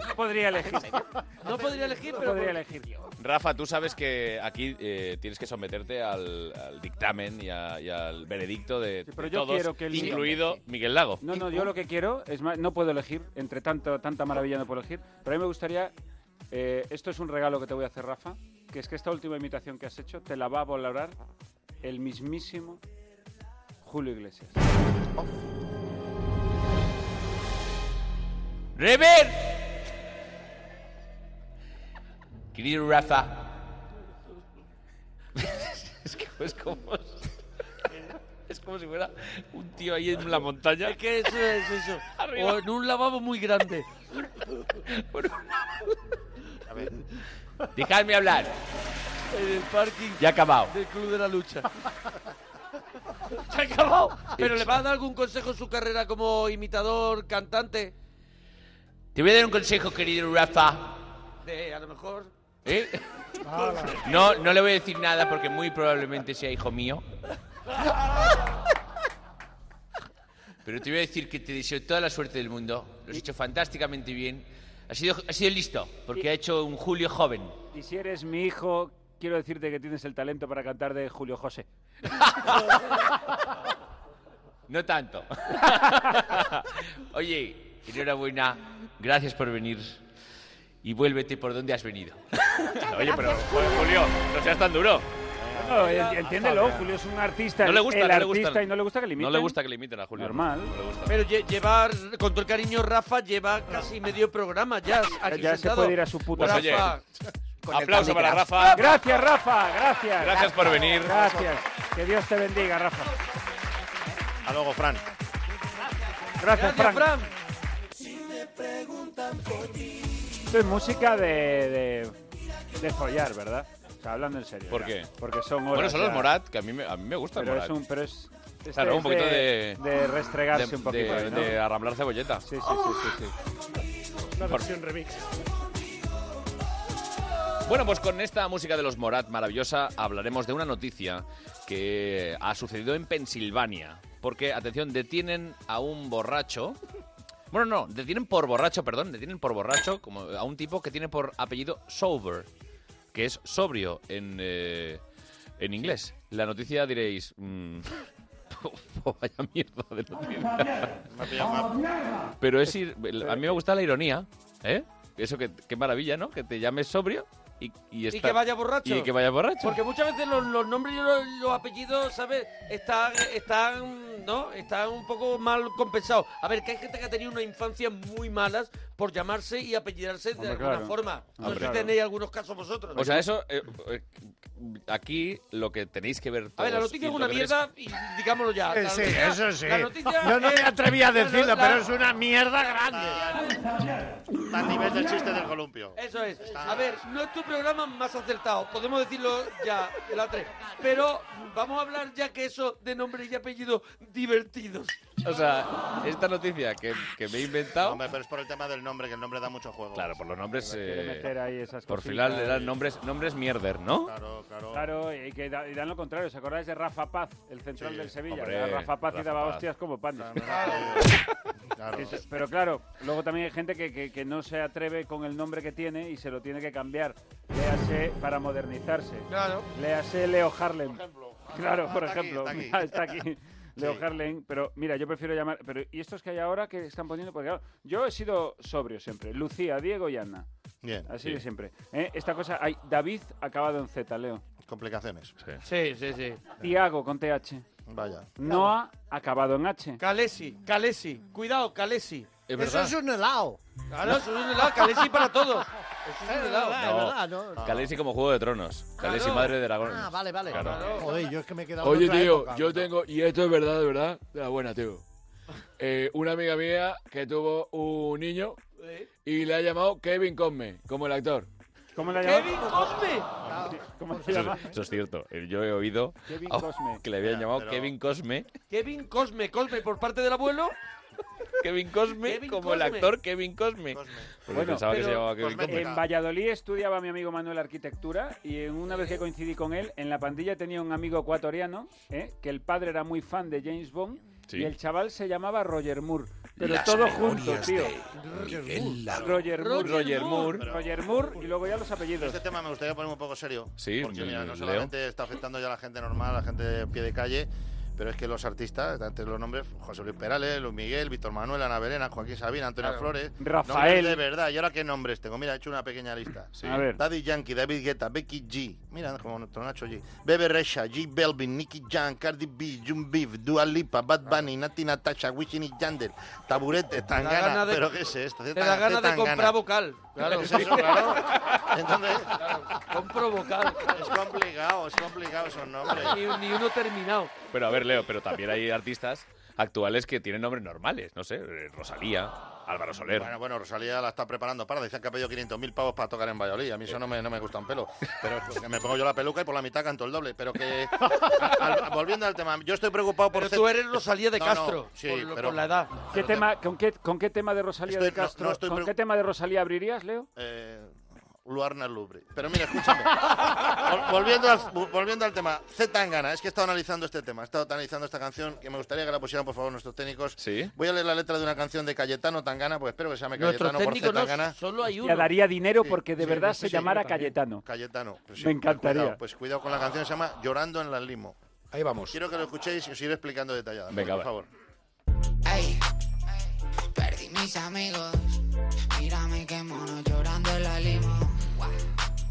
No
podría elegir.
No podría elegir, pero...
podría elegir yo.
Rafa, tú sabes que aquí eh, tienes que someterte al, al dictamen y, a- y al veredicto de,
pero
de
yo
todos,
quiero que el-
incluido Miguel Lago.
No, no, yo lo que quiero es más, no puedo elegir, entre tanto, tanta maravilla no puedo elegir, pero a mí me gustaría, eh, esto es un regalo que te voy a hacer, Rafa, que es que esta última imitación que has hecho te la va a valorar el mismísimo Julio Iglesias.
¡Rever! Querido Rafa. es que pues, es como. Es como si fuera un tío ahí en la montaña.
Es que eso es eso.
Arriba.
O en un lavabo muy grande.
A ver. Dejadme hablar.
En el parking.
Ya ha acabado.
Del Club de la Lucha. ¡Se ha acabado! ¿Pero le vas a dar algún consejo en su carrera como imitador, cantante?
Te voy a dar un consejo, querido Rafa.
De, a lo mejor...
¿Eh? No, no le voy a decir nada porque muy probablemente sea hijo mío. Pero te voy a decir que te deseo toda la suerte del mundo. Lo has hecho fantásticamente bien. Has sido, has sido listo, porque ha hecho un Julio joven.
Y si eres mi hijo, quiero decirte que tienes el talento para cantar de Julio José.
No tanto. Oye, enhorabuena. Gracias por venir. Y vuélvete por donde has venido. Oye, pero Julio, no seas tan duro.
No, en- entiéndelo, Julio es un artista,
No le gusta,
el
no le
artista
gusta.
y no le gusta que le imiten.
No le gusta que le imiten a Julio.
Normal.
No le gusta.
Pero lle- llevar, con todo el cariño, Rafa lleva casi medio programa ya. Aquí
Ya se
sentado.
puede ir a su puta
Rafa.
Pues, oye, aplauso para Rafa.
Gracias, Rafa. Gracias.
Gracias por venir.
Gracias. Que Dios te bendiga, Rafa.
A luego, Fran.
Gracias, Fran. Esto es música de, de, de follar, ¿verdad? O sea, hablando en serio.
¿Por
ya.
qué?
Porque son horas
Bueno, son los
ya.
Morat, que a mí me, a mí me gusta el
Pero
Morat.
es un... Pero es, este
claro,
es
un poquito de...
De restregarse
de-
un poquito.
De,
¿no?
de arramblar cebolleta.
Sí, sí, sí,
Una
Por-
versión remix.
Bueno, pues con esta música de los Morat maravillosa hablaremos de una noticia que ha sucedido en Pensilvania. Porque, atención, detienen a un borracho. Bueno, no, detienen por borracho, perdón, detienen por borracho como a un tipo que tiene por apellido Sober, que es sobrio en, eh, en inglés. La noticia diréis... mm, vaya mierda de noticia.
Me ha pillado mal.
Pero es ir, a mí me gusta la ironía, ¿eh? Eso que qué maravilla, ¿no? Que te llames sobrio y y,
Y
está-
que vaya borracho.
Y que vaya borracho.
Porque muchas veces los, los nombres y los, los apellidos, ¿sabes? Están, están, ¿no? Están un poco mal compensados. A ver, que hay gente que ha tenido una infancia muy malas por llamarse y apellidarse de
Hombre,
alguna
claro.
forma. No sé
Hombre,
si
claro.
tenéis algunos casos vosotros.
o sea, eso eh, eh, aquí lo que tenéis que ver
A ver, la
todos
noticia
y
es
Pues, lo
una
que
mierda
tenéis-
y digámoslo ya.
Eh,
La
sí,
noticia-
eso sí.
La noticia
Yo no me
es-
atreví a
la- la-
decirlo, pero es una mierda grande.
A nivel del chiste del columpio.
Eso es. A ver, no es tu programa más acertado, podemos decirlo ya, la 3. Pero vamos a hablar ya que eso de nombre y apellido divertidos.
O sea, esta noticia que, que me he inventado.
Hombre, Eh, pero es por el tema del nombre, que el nombre da mucho juego.
Claro, por los nombres.
Quiere
eh,
meter ahí esas
por
cositas.
final le dan nombres, nombres mierder, ¿no?
Claro, claro.
Claro, y que da- y dan lo contrario. ¿Os acordáis de Rafa Paz, el central del Sevilla?
hombre,
Que era Rafa Paz y
Rafa
daba
Paz.
hostias como pan.
Claro.
Eso- Pero claro, luego también hay gente que, que- que no se atreve con el nombre que tiene y se lo tiene que cambiar. Léase para modernizarse.
Claro.
Léase Leo Harlem. Claro,
Ah,
por
está aquí,
ejemplo.
está aquí.
Está aquí. Leo
Sí.
Harlem, pero mira, yo prefiero llamar. Pero ¿y estos que hay ahora que están poniendo? Porque claro, yo he sido sobrio siempre. Lucía, Diego y Ana.
Bien.
Así
Sí.
de siempre. ¿Eh? Esta cosa, hay David acabado en Z, Leo.
Complicaciones.
Sí, sí, sí.
Tiago con TH.
Vaya.
Noah acabado en H.
Calesi, Calesi. Cuidado, Calesi.
Es verdad.
Eso es un helado.
Claro, eso es un helado. Calesi para todos. Eso es un helado.
Ah, Es verdad, ¿no?
Calesi como juego de tronos. Calesi
Claro.
madre de dragones.
Ah, vale, vale.
Claro.
Joder, yo es que me he quedado. en
Oye,
otra
tío,
época.
yo tengo, y esto es verdad, de verdad, de la buena, tío. Eh, una amiga mía que tuvo un niño y le ha llamado Kevin Cosme, como el actor.
¿Cómo le ha
Kevin Cosme.
¿Cómo
Eso, eso es cierto. Yo he oído
Kevin
a-
Cosme.
que le habían
Ya,
llamado
pero-
Kevin Cosme.
Kevin Cosme, Cosme por parte del abuelo.
Kevin Cosme, como el actor Kevin Cosme. Porque pensaba que se llamaba Kevin Cosme.
en Valladolid estudiaba mi amigo Manuel arquitectura y en una vez que coincidí con él, en la pandilla tenía un amigo ecuatoriano ¿eh? que el padre era muy fan de James Bond
Sí.
y el chaval se llamaba Roger Moore. Pero
Las
todo
memorias
junto, tío.
de Miguel Lago.
Roger Moore.
Roger Moore.
Roger Moore y luego ya los apellidos.
Este tema me gustaría poner un poco serio.
Sí, mm,
Porque mira, no
Leo.
solamente está afectando ya a la gente normal, a la gente de pie de calle, pero es que los artistas, entre los nombres, José Luis Perales, Luis Miguel, Víctor Manuel, Ana Belena, Joaquín Sabina, Antonio
Claro.
Flores.
Rafael.
nombres De verdad, ¿y ahora qué nombres tengo? Mira, he hecho una pequeña lista.
A ver.
Daddy Yankee, David Guetta, Becky G. Mira, como nuestro Nacho G. Bebe Resha, G Belvin, Nicky Jam, Cardi B, Jun Beef, Dua Lipa, Bad
Ah.
Bunny, Nati Natasha, Wisin y Yandel, Taburete, Tangana.
gana de-
¿Pero qué es esto?
Te da ganas de comprar vocal.
Claro, es eso, claro. Entonces,
compro vocal.
Es complicado, es complicado esos nombres.
Ni, ni uno terminado.
Pero a ver, Leo, pero también hay artistas actuales que tienen nombres normales. No sé, eh, Rosalía, Álvaro Soler.
Bueno, bueno, Rosalía la está preparando para. Dicen que ha pedido 500.000 pavos para tocar en Valladolid. A mí eso no me, no me gusta un pelo. Pero que me pongo yo la peluca y por la mitad canto el doble. Pero que. al- volviendo al tema, yo estoy preocupado por.
Pero
Z-
tú eres Rosalía de
No, no,
Castro,
sí,
por lo-
pero.
por la edad.
¿Qué tema, con, qué, ¿Con qué tema de Rosalía
Estoy-
de
no,
Castro?
no estoy
¿Con
pregu-
qué tema de Rosalía abrirías, Leo?
Eh, Luarna Lubre. Pero mira, escúchame. Vol- volviendo, al, vol- volviendo al tema, Z Tangana, es que he estado analizando este tema, he estado analizando esta canción que me gustaría que la pusieran, por favor, nuestros técnicos. Voy a leer la letra de una canción de Cayetano Tangana, pues espero que se llame
Nuestros
Cayetano por Z
técnicos no,
Tangana.
Solo hay
Ya daría dinero
Sí,
porque de
sí,
verdad
sí,
se
sí,
llamara
yo también.
Cayetano.
Cayetano. pues sí,
Me
pues
encantaría.
cuidado, pues cuidado con la canción, se llama Llorando en la limo.
Ahí vamos.
Quiero que lo escuchéis y os iré explicando detallada.
Venga,
por
va.
favor.
Ay, perdí mis amigos. Mírame que mono llorando en la limo. Guau,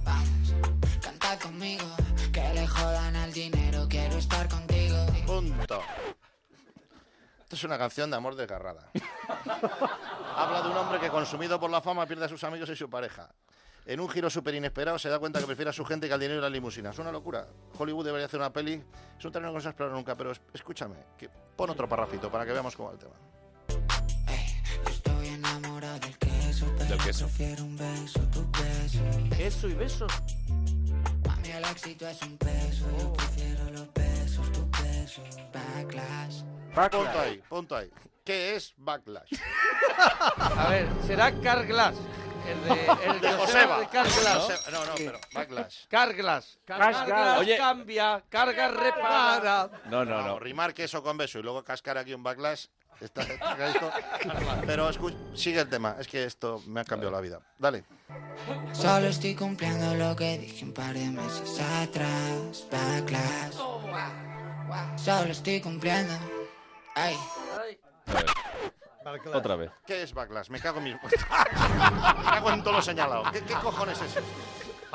Vamos, canta conmigo. Que le jodan al dinero, quiero estar contigo.
Punto. Esto es una canción de amor desgarrada. Habla de un hombre que consumido por la fama pierde a sus amigos y su pareja. En un giro súper inesperado se da cuenta que prefiere a su gente que al dinero y la limusina. Es una locura. Hollywood debería hacer una peli. Es un terreno que no se ha explorado nunca, pero es- escúchame, que pon otro parrafito para que veamos cómo va el tema.
Estoy enamorado del queso, pero
pues,
Del queso.
prefiero un beso, tu beso.
Eso y beso.
Mami, el éxito es un peso. Yo prefiero los besos, tu beso. Backlash.
Punto ahí, punto ahí. ¿Qué es backlash?
A ver, será Carglass. El de, el
De
Joseba,
Joseba.
de Carglass.
Joseba, no, no, pero Backlash.
Carglass.
Carglass.
Carglass
Oye.
cambia, carga repara.
No, no,
no. Rimar queso con beso y luego cascar aquí un backlash. Está, está esto. Pero escu- sigue el tema. Es que esto me ha cambiado la vida. Dale.
Solo estoy cumpliendo lo que dije un par de meses atrás. Backlash. Solo estoy cumpliendo. Ay.
Otra vez.
¿Qué es backlash? Me cago en mis... me cago en todo lo señalado. ¿Qué, qué cojones es eso?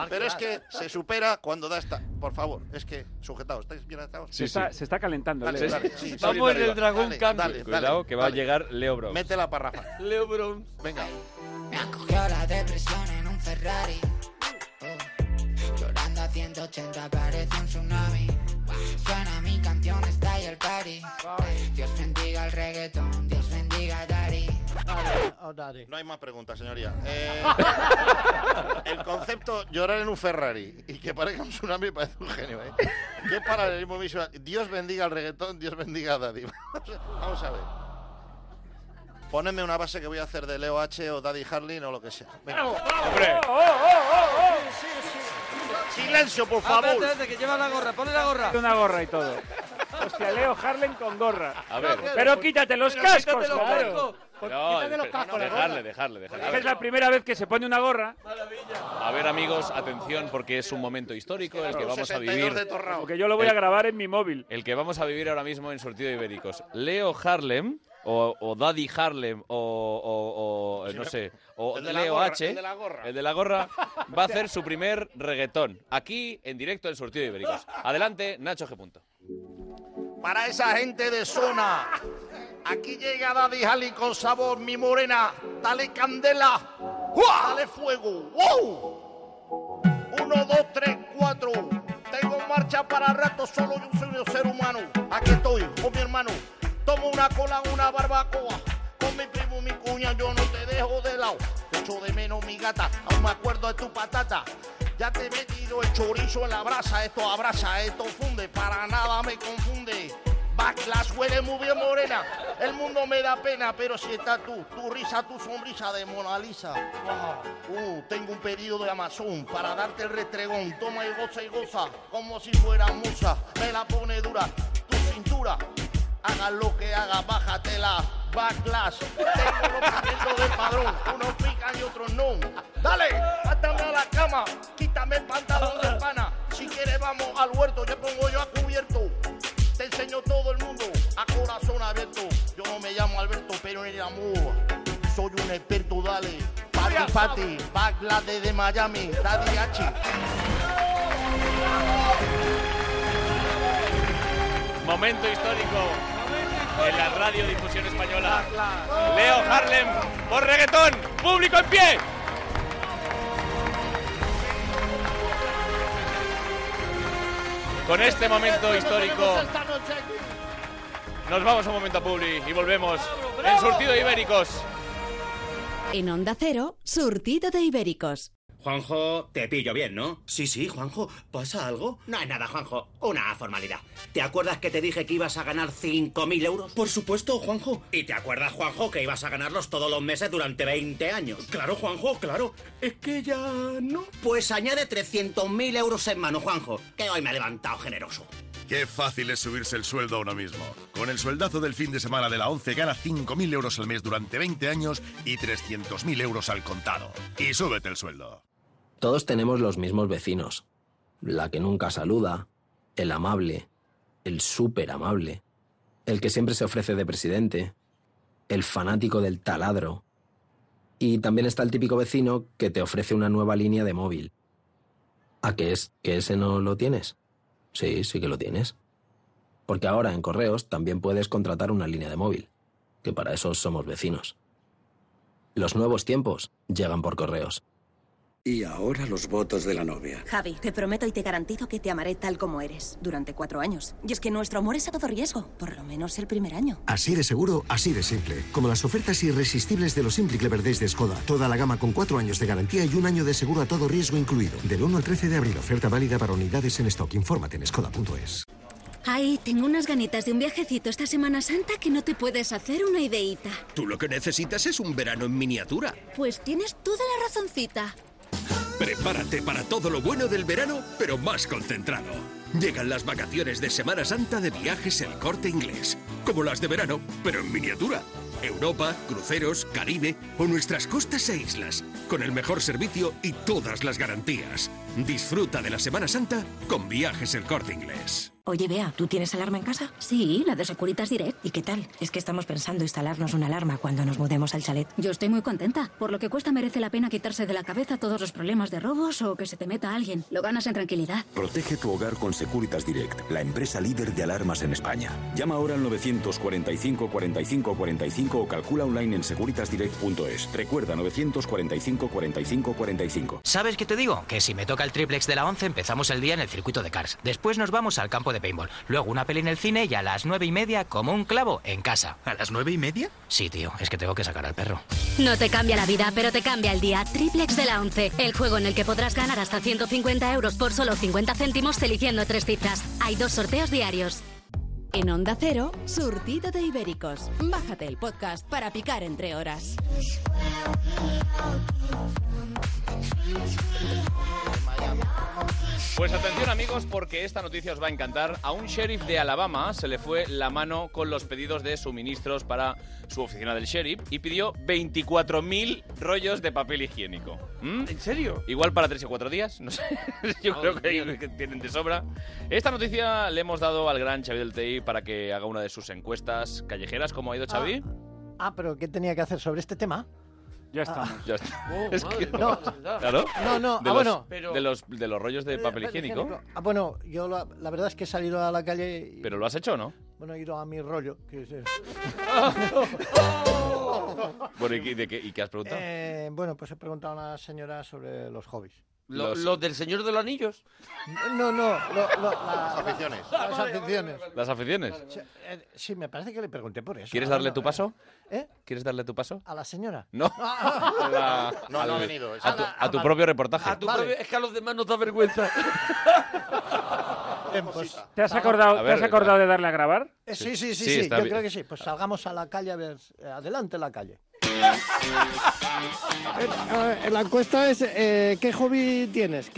Pero es que se supera cuando da esta... Por favor, es que... Sujetaos, ¿estáis bien atados?
se, está, se está calentando.
Dale,
Leo.
dale, sí,
Vamos en el
dragón
cambio.
dale,
Cuidado,
dale,
que va
dale.
a llegar Leo Bros.
Mete la parrafa.
Leo Brown.
Venga.
Me acogió la depresión en un Ferrari. Oh. Llorando a 180 parece un tsunami. Suena mi canción, está ahí el party. Dios bendiga el reggaetón, Dios bendiga a Daddy.
No hay más preguntas, señoría. Eh, el concepto llorar en un Ferrari y que parezca un tsunami parece un genio, ¿eh? ¿Qué paralelismo visual? Dios bendiga al reggaetón, Dios bendiga a Daddy. Vamos a ver.
Ponedme una base que voy a hacer de Leo H o Daddy Harley o lo que sea. Venga.
¡Hombre!
Silencio,
Ah,
por
espérate,
favor.
espérate, que lleva la gorra, ponle la gorra.
Una gorra y todo. Hostia, Leo Harlem con gorra.
A ver.
Pero quítate los
Pero
cascos,
quítate los
claro.
cascos.
eh, No,
quítate los
espe-
cascos, la
dejarle,
gorra.
dejarle, dejarle. A
Es
ver,
la primera vez que se pone una gorra.
a ver, amigos, atención, porque es un momento histórico el que vamos a vivir.
Porque yo lo voy a
El-
grabar en mi móvil.
El que vamos a vivir ahora mismo en Surtido de Ibéricos. Leo Harlem, o, o Daddy Harlem, o, o- o, eh, no sé, o
el de la
Leo
gorra,
H,
el de la gorra.
el de la gorra, va a hacer su primer reggaetón, aquí en directo en Surtido de Ibéricos. Adelante, Nacho G. Punto.
Para esa gente de zona. Aquí llega Daddy Harley con sabor, mi morena. Dale candela. ¡Uah! Dale fuego. ¡Wow! Uno, dos, tres, cuatro. Tengo marcha para rato, solo yo soy un ser humano. Aquí estoy con mi hermano. Tomo una cola, una barbacoa. Con mi primo, mi cuña, yo no te dejo de lado. Te echo de menos mi gata, aún me acuerdo de tu patata. Ya te he metido el chorizo en la brasa, esto abraza, esto funde, para nada me confunde. Backlash huele muy bien morena, el mundo me da pena, pero si está tú, tu risa, tu sonrisa de Mona Lisa. Ah, uh, tengo un pedido de Amazon para darte el restregón, toma y goza y goza, como si fuera musa, me la pone dura, tu cintura, haga lo que haga, bájatela, backlash, tengo los movimientos del padrón, unos pican y otros no. Dale, mátame a la cama, quítame el pantalón de pana, si quieres vamos al huerto, yo pongo yo a cubierto. Te enseño todo el mundo a corazón abierto. Yo no me llamo Alberto, pero en el amor soy un experto, dale. Party Party, Bagla desde Miami, Daddy H.
Momento histórico en la radiodifusión española. Leo Harlem por reggaetón, público en pie. Con este momento histórico nos vamos un momento a Publi y volvemos en Surtido de Ibéricos.
En Onda Cero, Surtido de Ibéricos.
Juanjo, te pillo bien, ¿no? Sí, sí, Juanjo. ¿Pasa algo? No es nada, Juanjo. Una formalidad. ¿Te acuerdas que te dije que ibas a ganar 5.000 euros? Por supuesto, Juanjo. ¿Y te acuerdas, Juanjo, que ibas a ganarlos todos los meses durante 20 años? Claro, Juanjo, claro. Es que ya no. Pues añade 300.000 euros en mano, Juanjo, que hoy me he levantado generoso.
Qué fácil es subirse el sueldo a uno mismo. Con el sueldazo del fin de semana de la 11 gana 5.000 euros al mes durante 20 años y 300.000 euros al contado. Y súbete el sueldo.
Todos tenemos los mismos vecinos. La que nunca saluda, el amable, el súper amable, el que siempre se ofrece de presidente, el fanático del taladro. Y también está el típico vecino que te ofrece una nueva línea de móvil. ¿A qué es que ese no lo tienes? Sí, sí que lo tienes. Porque ahora en correos también puedes contratar una línea de móvil, que para eso somos vecinos. Los nuevos tiempos llegan por correos.
Y ahora los votos de la novia.
Javi, te prometo y te garantizo que te amaré tal como eres durante cuatro años. Y es que nuestro amor es a todo riesgo, por lo menos el primer año.
Así de seguro, así de simple. Como las ofertas irresistibles de los Simple Clever Days de Skoda. Toda la gama con 4 años de garantía y un año de seguro a todo riesgo incluido. Del 1 al 13 de abril. Oferta válida para unidades en stock. Infórmate en skoda.es.
Ay, tengo unas ganitas de un viajecito esta Semana Santa que no te puedes hacer una ideita.
Tú lo que necesitas es un verano en miniatura.
Pues tienes toda la razoncita.
Prepárate para todo lo bueno del verano, pero más concentrado. Llegan las vacaciones de Semana Santa de viajes el corte inglés, como las de verano, pero en miniatura. Europa, cruceros, Caribe o nuestras costas e islas, con el mejor servicio y todas las garantías. Disfruta de la Semana Santa con viajes el corte inglés.
Oye, Bea, ¿tú tienes alarma en casa? Sí, la de Securitas Direct. ¿Y qué tal? Es que estamos pensando instalarnos una alarma cuando nos mudemos al chalet.
Yo estoy muy contenta. Por lo que cuesta merece la pena quitarse de la cabeza todos los problemas de robos o que se te meta alguien. Lo ganas en tranquilidad.
Protege tu hogar con Securitas Direct, la empresa líder de alarmas en España. Llama ahora al 945 45 45 o calcula online en securitasdirect.es. Recuerda 945 45 45.
¿Sabes qué te digo? Que si me toca el triplex de la 11 empezamos el día en el circuito de Cars. Después nos vamos al campo de paintball. Luego una peli en el cine y a las nueve y media como un clavo en casa. ¿A las nueve y media? Sí, tío. Es que tengo que sacar al perro.
No te cambia la vida, pero te cambia el día. Triplex de la 11. El juego en el que podrás ganar hasta 150 euros por solo 50 céntimos eligiendo tres cifras. Hay dos sorteos diarios.
En Onda Cero, surtido de ibéricos. Bájate el podcast para picar entre horas.
Pues atención amigos, porque esta noticia os va a encantar. A un sheriff de Alabama se le fue la mano con los pedidos de suministros para su oficina del sheriff y pidió 24.000 rollos de papel higiénico. ¿En serio? Igual para 3 o 4 días, no sé. Yo creo que, que tienen de sobra. Esta noticia le hemos dado al gran Xavi del TI para que haga una de sus encuestas callejeras. ¿Cómo ha ido Xavi?
Ah, pero ¿qué tenía que hacer sobre este tema?
Ya
estamos.
Ya está.
Oh,
Es que-
madre, no.
Claro.
No, no,
De
ah,
los,
bueno.
de, los, de los rollos de papel higiénico.
Ah, bueno, yo la, la verdad es que he salido a la calle y
¿Pero lo has hecho o no?
bueno, he ido a mi rollo. que es-
Bueno, ¿y, qué- de qué, y qué has preguntado?
Eh, bueno, pues he preguntado a una señora sobre los hobbies.
Lo- Los- ¿los del Señor de los Anillos?
No, no, lo- lo- la-
Las
la-
aficiones.
Las aficiones.
¿Las aficiones?
Eh, Sí, me parece que le pregunté por eso.
¿Quieres
Ah,
darle
bueno,
tu paso?
¿Eh?
¿Quieres darle tu paso?
¿A la señora?
No.
Ah.
A la-
No, no
al-
ha venido,
A
eso.
tu,
Ah,
a tu
vale.
propio reportaje.
A tu propio- Es que a los demás nos da vergüenza.
Bien, pues-
¿Te has acordado,
A
¿te has
ver,
acordado de darle a grabar?
Eh, sí, sí,
Sí,
sí, sí,
está
yo
bien.
creo que sí. Pues salgamos a la calle a ver. eh, Adelante la calle.
La encuesta es, eh, ¿qué hobby tienes?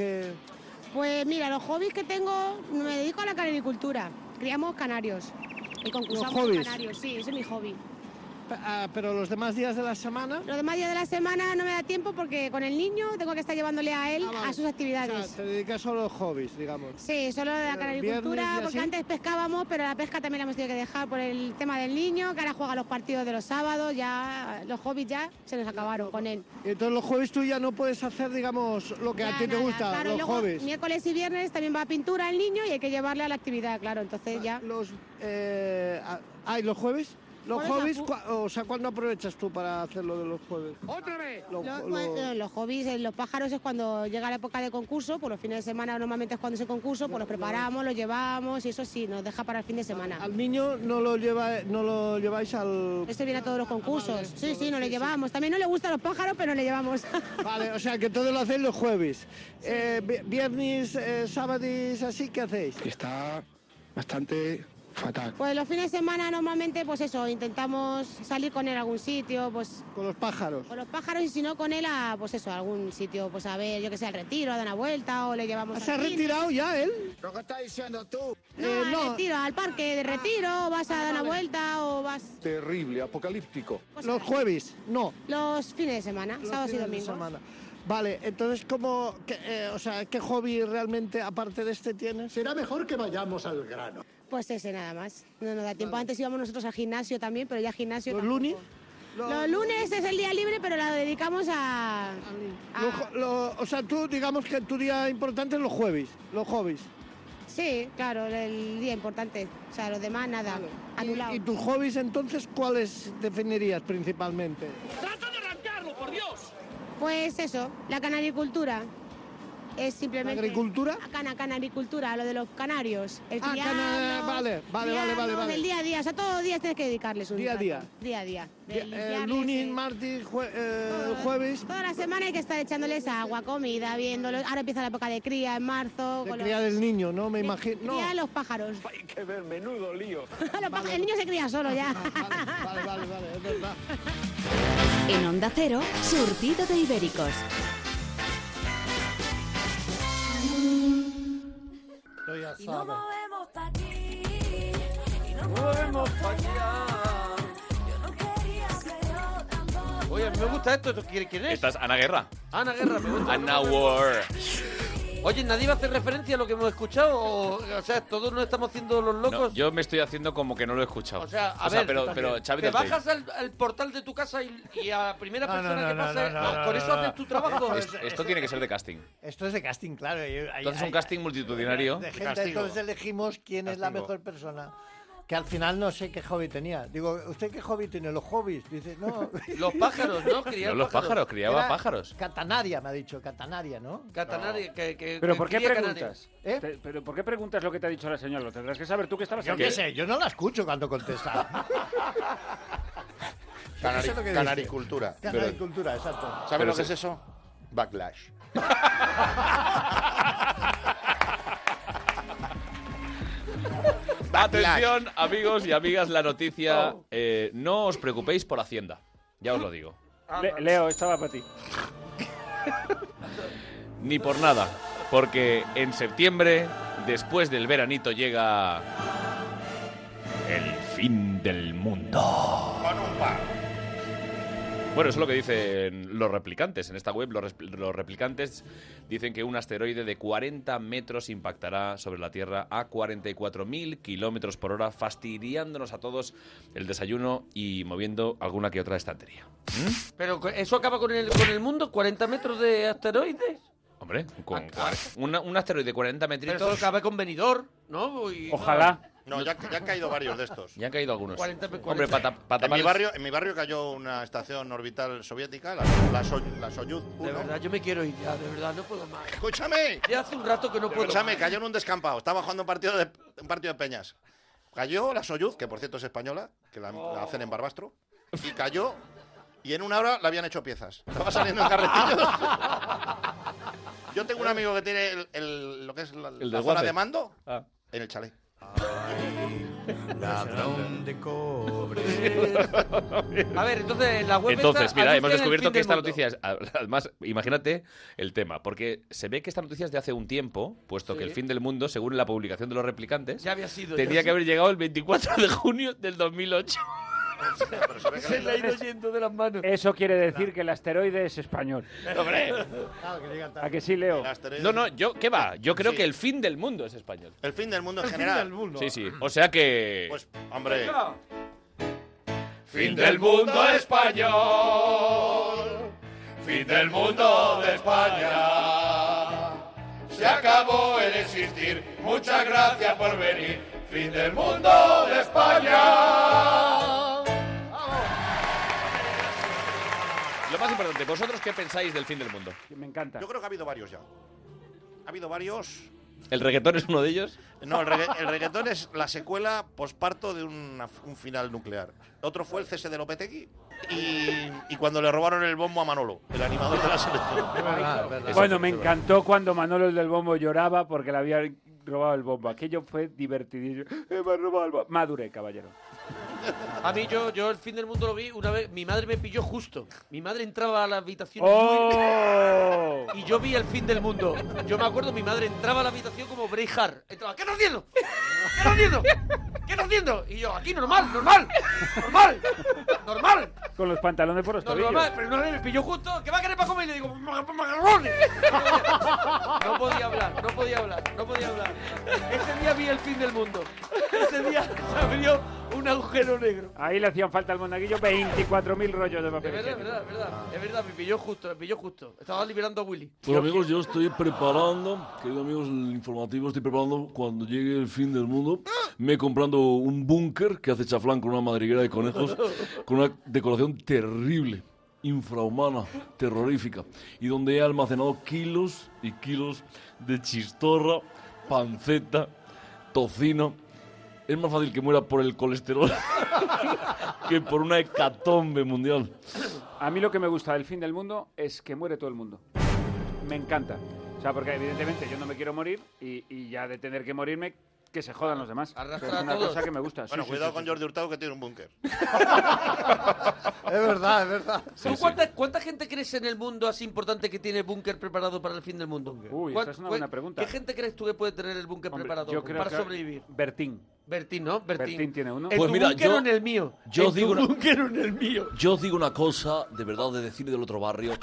Pues mira, los hobbies que tengo, me dedico a la canaricultura. Criamos canarios y concursamos
¿Los hobbies?
canarios, sí, ese es mi hobby.
ah, pero los demás días de la semana...
Los demás días de la semana no me da tiempo porque con el niño tengo que estar llevándole a
Ah,
él a sus actividades.
te dedicas solo a los hobbies, digamos.
Sí, solo de la
Eh, viernes
canaricultura,
y
porque
así.
antes pescábamos, pero la pesca también la hemos tenido que dejar por el tema del niño, que ahora juega los partidos de los sábados, ya los hobbies ya se nos acabaron con él.
Entonces los hobbies tú ya no puedes hacer, digamos, lo que a
Ya,
ti te
nada,
gusta,
claro, y
los
luego
hobbies.
Miércoles y viernes también va a pintura el niño y hay que llevarle a la actividad, claro, entonces ya.
Ah, Los, eh, ah, ah, ¿y los jueves? Los
Jueves
hobbies,
a ju-
cua- o sea, ¿cuándo aprovechas tú para hacer lo de los jueves? ¡Otra vez!
Los, bueno, los hobbies, eh, los pájaros es cuando llega la época de concurso, por los fines de semana normalmente es cuando es el concurso, pues los preparamos, los llevamos y eso sí, nos deja para el fin de semana.
Al niño no lo, lleva, no lo lleváis al...
Este viene a todos los concursos. Sí, sí, no le llevamos. También no le gustan los pájaros, pero le llevamos.
Vale, o sea, que todo lo hacéis los jueves. Eh, vi- viernes, eh, sábados, así, ¿qué hacéis? Está bastante fatal.
Pues los fines de semana normalmente, pues eso, intentamos salir con él a algún sitio, pues...
Con los pájaros.
Con los pájaros y si no con él a, pues eso, a algún sitio, pues a ver, yo que sé, al retiro, a dar una vuelta o le llevamos...
¿Se ha
al cine.
retirado ya él?
¿Lo que estás diciendo tú? No,
Eh,
al
no.
retiro, al parque de retiro, vas a dar una vuelta o vas...
Terrible, apocalíptico.
Pues
Los
ahí.
jueves, no.
Los fines de semana,
Los
sábados y
fines de
domingos.
semana. Vale, entonces, ¿cómo, qué, eh, o sea, ¿qué hobby realmente aparte de este tienes? Será mejor que vayamos al grano.
Pues ese nada más. No nos da tiempo. Antes íbamos nosotros al gimnasio también, pero ya gimnasio.
¿Los
tampoco.
lunes?
Los lunes es el día libre, pero la dedicamos a.
o sea, tú digamos que tu día importante es los jueves, los hobbies.
Sí, claro, el día importante. O sea, los demás nada. Anulado.
¿Y tus hobbies entonces cuáles definirías principalmente?
por Dios! Pues eso, la canaricultura. Es simplemente. Ah,
¿Agricultura?
A cana, canaricultura, lo de los canarios. El
Ah,
criarlos,
cana- vale, vale, vale, vale,
criarlos,
vale.
El día a día, o sea, todos los días tienes que dedicarles un
Día a
rato.
día.
Día a día. De
Eh,
limpiarles,
lunes,
eh,
martes, jue- eh, jueves.
Toda la semana hay que estar echándoles agua, comida, viéndolos. Ahora empieza la época de cría en marzo.
De
con los-
cría del niño, ¿no? Me
de
imagino. No.
Cría a los pájaros.
Hay que ver, menudo lío.
Los pájaros- El niño se cría solo ya.
Vale, vale, vale, es verdad.
En Onda Cero, surtido de ibéricos.
Yo ya sabe.
Oye, me gusta esto. ¿Esto quién quién es?
Esta es Ana Guerra.
Ana Guerra, me gusta.
Ana War.
Oye, ¿nadie va a hacer referencia a lo que hemos escuchado? O, o sea, todos nos estamos haciendo los locos.
yo me estoy haciendo como que no lo he escuchado.
O sea, a ver,
pero,
está
pero
bien.
Xavi
te
del Tei.
bajas al, al portal de tu casa y, y a la primera
No, no,
persona
no,
que
no,
pase,
no, no,
ah, con
no,
eso
no,
haces
no.
tu trabajo.
Es- Esto tiene que ser de casting.
Esto es de casting, claro. y hay-
Entonces
hay-
un casting multitudinario.
de gente, entonces elegimos quién es la
Castigo.
mejor persona. Que al final no sé qué hobby tenía. Digo, ¿usted qué hobby tiene? Los hobbies. Dice, no.
Los pájaros, ¿no? Criar
No los pájaros, criaba
Era
pájaros.
Catanaria, me ha dicho, Catanaria, ¿no?
Catanaria, que, que-
¿Pero
que
por qué
Eh, cría
preguntas? ¿Eh? Te- ¿Pero por qué preguntas lo que te ha dicho la señora? Lo tendrás que saber tú que estabas
Yo
aquí.
qué sé, yo no la escucho cuando contesta.
Canari-
sé lo que dice.
canaricultura.
Canaricultura, exacto.
¿Sabes lo que es eso? Backlash.
canaria.
Atención, amigos y amigas, la noticia. eh, no os preocupéis por Hacienda. Ya os lo digo.
Le- Leo, estaba para ti.
Ni por nada. Porque en septiembre, después del veranito, llega. El fin del mundo. Bueno, eso es lo que dicen los replicantes. En esta web, los, res- los replicantes dicen que un asteroide de 40 metros impactará sobre la Tierra a 44.000 kilómetros por hora, fastidiándonos a todos el desayuno y moviendo alguna que otra estantería.
Pero co- eso acaba con el, con el mundo, 40 metros de asteroides.
Hombre, con cuar- una- un asteroide de 40
Ah, Pero
metritos.
eso acaba con venidor, ¿no? Y-
No, ya, ya han caído varios de estos.
Ya han caído algunos.
40,
Hombre, para ta- para
en, mi
taparles-
barrio, en mi barrio cayó una estación orbital soviética, la, la, Soy- la Soyuz 1.
De verdad, yo me quiero ir ya, de verdad, no puedo más.
Escúchame.
Ya hace un rato que no puedo.
Escúchame, cayó en un descampado. Estaba jugando un partido de, un partido de peñas. Cayó la Soyuz, que por cierto es española, que la, la hacen en Barbastro. Y cayó, y en una hora la habían hecho piezas. Estaba saliendo en carretillos. Yo tengo un amigo que tiene el, el- lo que es la, la zona
desguace.
de mando
Ah.
en el chalet.
Ladrón
de cobre.
A ver, entonces en la web
Entonces,
esta
mira,
anuncian
hemos
el
descubierto
fin
que
del
esta
mundo.
noticia es- Además, imagínate el tema, porque se ve que esta noticia es de hace un tiempo, puesto que
Sí.
el fin del mundo, según la publicación de los replicantes,
Ya había sido.
tenía que haber llegado el 24 de junio del 2008.
Se le ha ido yendo de las manos.
Eso quiere decir que el asteroide es español.
¡Hombre!
¿A que sí, Leo?
No, no, yo, ¿qué va? Yo creo que el fin del mundo es español.
El fin del mundo en
fin
general.
del Sí, sí. O sea que.
Pues, hombre.
Fin del mundo
español.
Fin del
mundo de España.
Se acabó el existir. Muchas gracias por venir. Fin del mundo de España. Lo más importante, ¿vosotros qué pensáis del fin del mundo?
Me encanta.
Yo creo que ha habido varios ya. Ha habido varios.
¿El reggaetón es uno de ellos?
No, el, regga- el reggaetón es la secuela posparto de una- un final nuclear. Otro fue el cese de Lopetegui y, y cuando le robaron el bombo a Manolo, el animador de la selección.
Bueno, me encantó cuando Manolo el del bombo lloraba porque le habían robado el bombo. Aquello fue divertidillo. Eh, me han robado el bombo. Madure, caballero.
A mí yo, yo el fin del mundo lo vi una vez. Mi madre me pilló justo. Mi madre entraba a la habitación.
¡Oh!
Y yo vi el fin del mundo. Yo me acuerdo, mi madre entraba a la habitación como Breijar. Entraba, ¿qué estás haciendo? ¿Qué estás haciendo? ¿Qué estás haciendo? Y yo, aquí normal, normal, normal, normal.
Con los pantalones por los
No,
tobillos.
normal. Pero una vez me pilló justo. ¿Qué va a querer para comer? Y le digo, "Maga- macarrones. No podía hablar, no podía hablar, no podía hablar. Ese día vi el fin del mundo. Ese día se abrió un agujero negro.
Ahí le hacían falta al monaguillo 24.000 rollos de
Es
papel.
verdad, es
higiénico.
verdad, es verdad. Es verdad, me pilló justo, me pilló justo. Estaba liberando a Willy.
Bueno, amigos, yo estoy preparando, queridos amigos, el informativo estoy preparando cuando llegue el fin del mundo. Me he comprando un búnker que hace chaflán con una madriguera de conejos, con una decoración terrible, infrahumana, terrorífica, y donde he almacenado kilos y kilos de chistorra, panceta, tocino. Es más fácil que muera por el colesterol que por una hecatombe mundial.
A mí lo que me gusta del fin del mundo es que muere todo el mundo. Me encanta. O sea, porque evidentemente yo no me quiero morir y, y ya de tener que morirme, que se jodan los demás. Pero es una cosa que me gusta. Sí,
Bueno,
sí,
cuidado
sí,
con
sí.
Jordi Hurtado que tiene un búnker.
Es verdad, es verdad.
¿Tú cuánta, cuánta gente crees en el mundo así importante que tiene búnker preparado para el fin del mundo?
Uy,
¿Cuál-
esta es una
cuál-
buena pregunta.
¿Qué gente crees tú que puede tener el búnker
Hombre,
preparado
yo creo
para
que
sobrevivir?
Bertín.
Bertín, ¿no? Bertín.
Bertín tiene uno.
¿En
Pues
tu
mira,
búnker
yo-
o en el mío?
yo
¿En
os digo
tu
una-
búnker o en el mío?
Yo os digo una cosa, de verdad, de decir del otro barrio.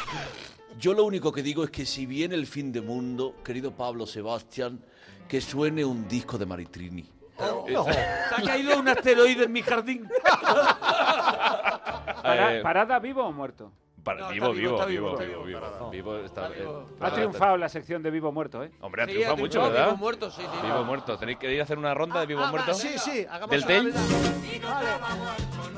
Yo lo único que digo es que si viene el fin de mundo, querido Pablo Sebastián, que suene un disco de Maritrini.
Ah, No. Se ha caído un asteroide en mi jardín.
Para-
Eh,
¿Parada vivo o muerto?
Para-
No,
vivo,
está vivo,
vivo,
está
vivo,
vivo,
vivo,
está
vivo, vivo, está- eh,
Ha
parada.
triunfado la sección de vivo o muerto, ¿eh?
Hombre, ha
Sí,
triunfado
ha
mucho,
triunfado,
¿verdad?
vivo muerto, sí, sí.
Vivo muerto. ¿Tenéis que ir a hacer una ronda de vivo muerto?
Sí, sí, hagamos
¿Del
la
Tell?
verdad.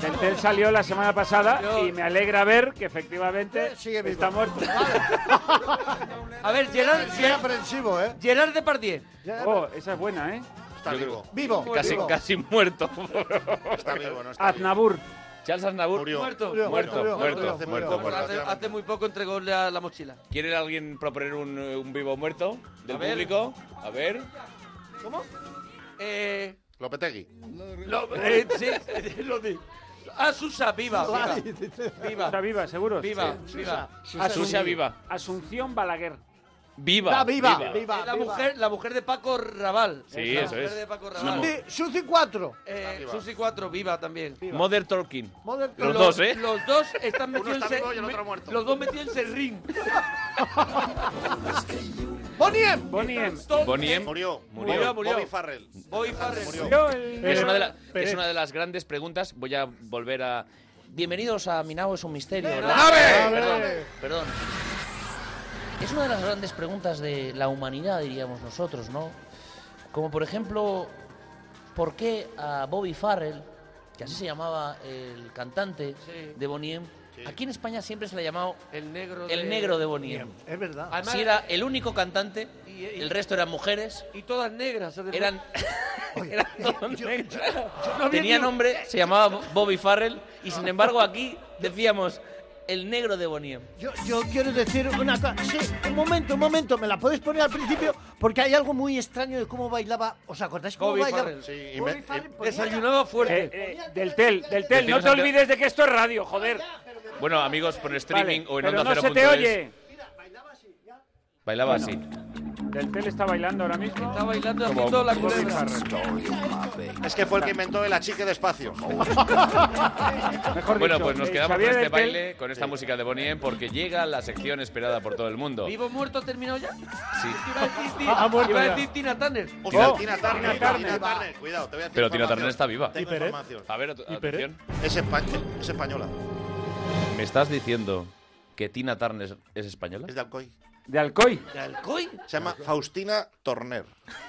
Del Tel salió la semana pasada y me alegra ver que efectivamente está muerto.
A ver, Gerard... Gerard
aprensivo, ¿eh?
Gerard Depardieu.
Oh, esa es buena, ¿eh?
Está vivo.
Vivo.
Casi,
Vivo.
casi muerto.
Está vivo, no está vivo.
Aznabur.
Charles Aznavour.
Murió.
Muerto,
Muerto, muerto,
murió,
muerto,
murió,
muerto,
murió.
muerto.
Hace, hace muy poco entregó la, la mochila.
¿Quiere alguien proponer un, eh, un vivo muerto del
A ver.
público? A ver.
¿Cómo? Eh,
Lopetegui.
Lo- eh, sí, lo di. Ah, Susa, viva, viva. Viva.
Susa viva, seguro.
Viva,
Sí.
viva.
Susa.
Asun-
Susa viva.
Asunción Balaguer.
Viva.
Ah, viva, viva,
Es la mujer, la mujer de Paco Raval.
Sí,
la
eso
mujer
es.
de Paco
Es una
Raval.
mo-
Sí, Susi 4.
Eh, Susi 4, viva también.
Mother Tolkien.
Modern
Los dos, ¿eh?
Los dos están metidos
está
en
vivo y el
me-
otro muerto.
Los dos metidos en ring.
Boniem.
Boniem.
Boniem.
Murió.
Murió.
Bobby Farrell.
Bobby Farrell.
Que es, una de la- que es una de las grandes preguntas. Voy a volver a. Bienvenidos a Mi nao es un misterio.
¡La
La-
nave!
Perdón,
¡La nave!
perdón. Es una de las grandes preguntas de la humanidad, diríamos nosotros, ¿no? Como por ejemplo, ¿por qué a Bobby Farrell, que así se llamaba el cantante
Sí.
de Boniem, aquí en España siempre se le ha llamado
El negro de,
el negro de Boniem?
Es verdad.
Si era el único cantante,
Y- y-
el resto eran mujeres,
Y todas negras. además.
eran
no había ni
tenía
un-
nombre, se llamaba Bobby Farrell y sin embargo aquí decíamos el negro de Boniem.
Yo, yo quiero decir una cosa. Sí, un momento, un momento. ¿Me la podéis poner al principio? Porque hay algo muy extraño de cómo bailaba. ¿os acordáis cómo
Bobby
bailaba?
Farrell, sí,
y
Bobby
me-
Farrell
y-
ponía-
Desayunaba fuerte.
Eh, eh, del tel, del tel. No
Decimos
te
ante-
olvides de que esto es radio, joder.
Bueno, amigos, por streaming
Vale,
o en
pero
onda
no se
Cero
te
punto es,
oye.
Bailaba así.
Del tel está bailando ahora mismo.
Está bailando
Como-
haciendo la
Bobby
culebra.
Es que fue el que inventó el achique despacio.
Mejor
Bueno,
dicho,
pues nos
eh,
quedamos con
Xavier
este
del Tel-
baile, con esta música de Boniem, porque llega la sección esperada por todo el mundo.
¿Vivo muerto terminó ya?
Sí. Ah,
Iba a decir, Tina-
Ah,
Ha muerto
iba a
ya.
decir Tina Turner.
Hostia,
Oh,
Tina Turner.
Tina Turner.
Tina Turner. Cuidado, te voy a decir
Pero Tina
información.
Turner está viva.
Tengo
Pérez?
información.
A ver, at-
¿Y Pérez?
atención.
Es, espa- es española.
¿Me estás diciendo que Tina Turner es española?
Es de Alcoy.
De Alcoy.
¿De Alcoy? ¡Oh!
Se llama Faustina Torner.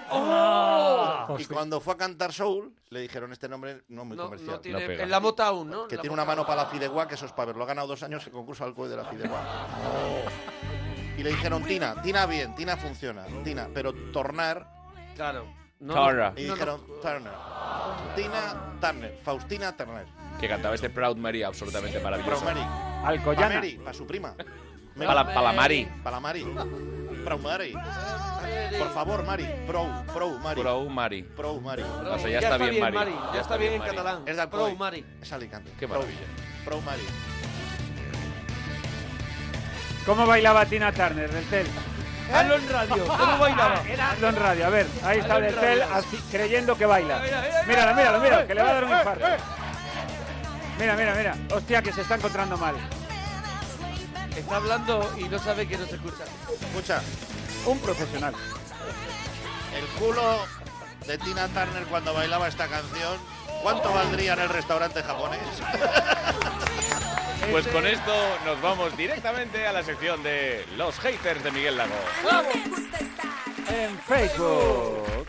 Ah. Y cuando fue a cantar Soul, le dijeron este nombre no es muy
No,
comercial.
no tiene.
pega.
en la mota aún, ¿no?
que
La
tiene una
mota.
mano para la Fideuá, que eso es para verlo. Ha ganado dos años el concurso Alcoy de la Fideuá. Y le dijeron, Tina, Tina bien, Tina funciona, Tina. Pero Tornar,
Claro. No,
Tara.
y
no,
dijeron Turner. Tina Turner, Faustina Turner.
Que cantaba este Proud Mary absolutamente maravilloso.
Praumari.
Alcoyana.
Pameri, para su prima.
Pala- Palamari.
Palamari. Praumari. Por favor, Mari. Pro, pro, Mari.
Proud Mari.
Pro, Mari.
O sea, ya, está, bien, Mari.
Ya está bien en catalán.
Es de Alcoy.
Pro Mari.
Es Alicante.
Qué
Pro-
maravilla.
Pro, Mari.
¿Cómo bailaba Tina Turner del tel?
Hazlo en radio. ¿Cómo bailaba?
Era Don Radio, a ver, ahí está
Hazlo en
del tel
Ah, radio.
así, creyendo que baila.
Mira, mira, mira.
Míralo, míralo, míralo, que le va a dar un infarto. Mira, mira, mira. Hostia, que se está encontrando mal.
Está hablando y no sabe que no se escucha.
Escucha,
Un profesional.
el culo de Tina Turner cuando bailaba esta canción, ¿cuánto valdría en el restaurante japonés?
Pues con esto nos vamos directamente a la sección de los haters de Miguel Lago.
En Facebook.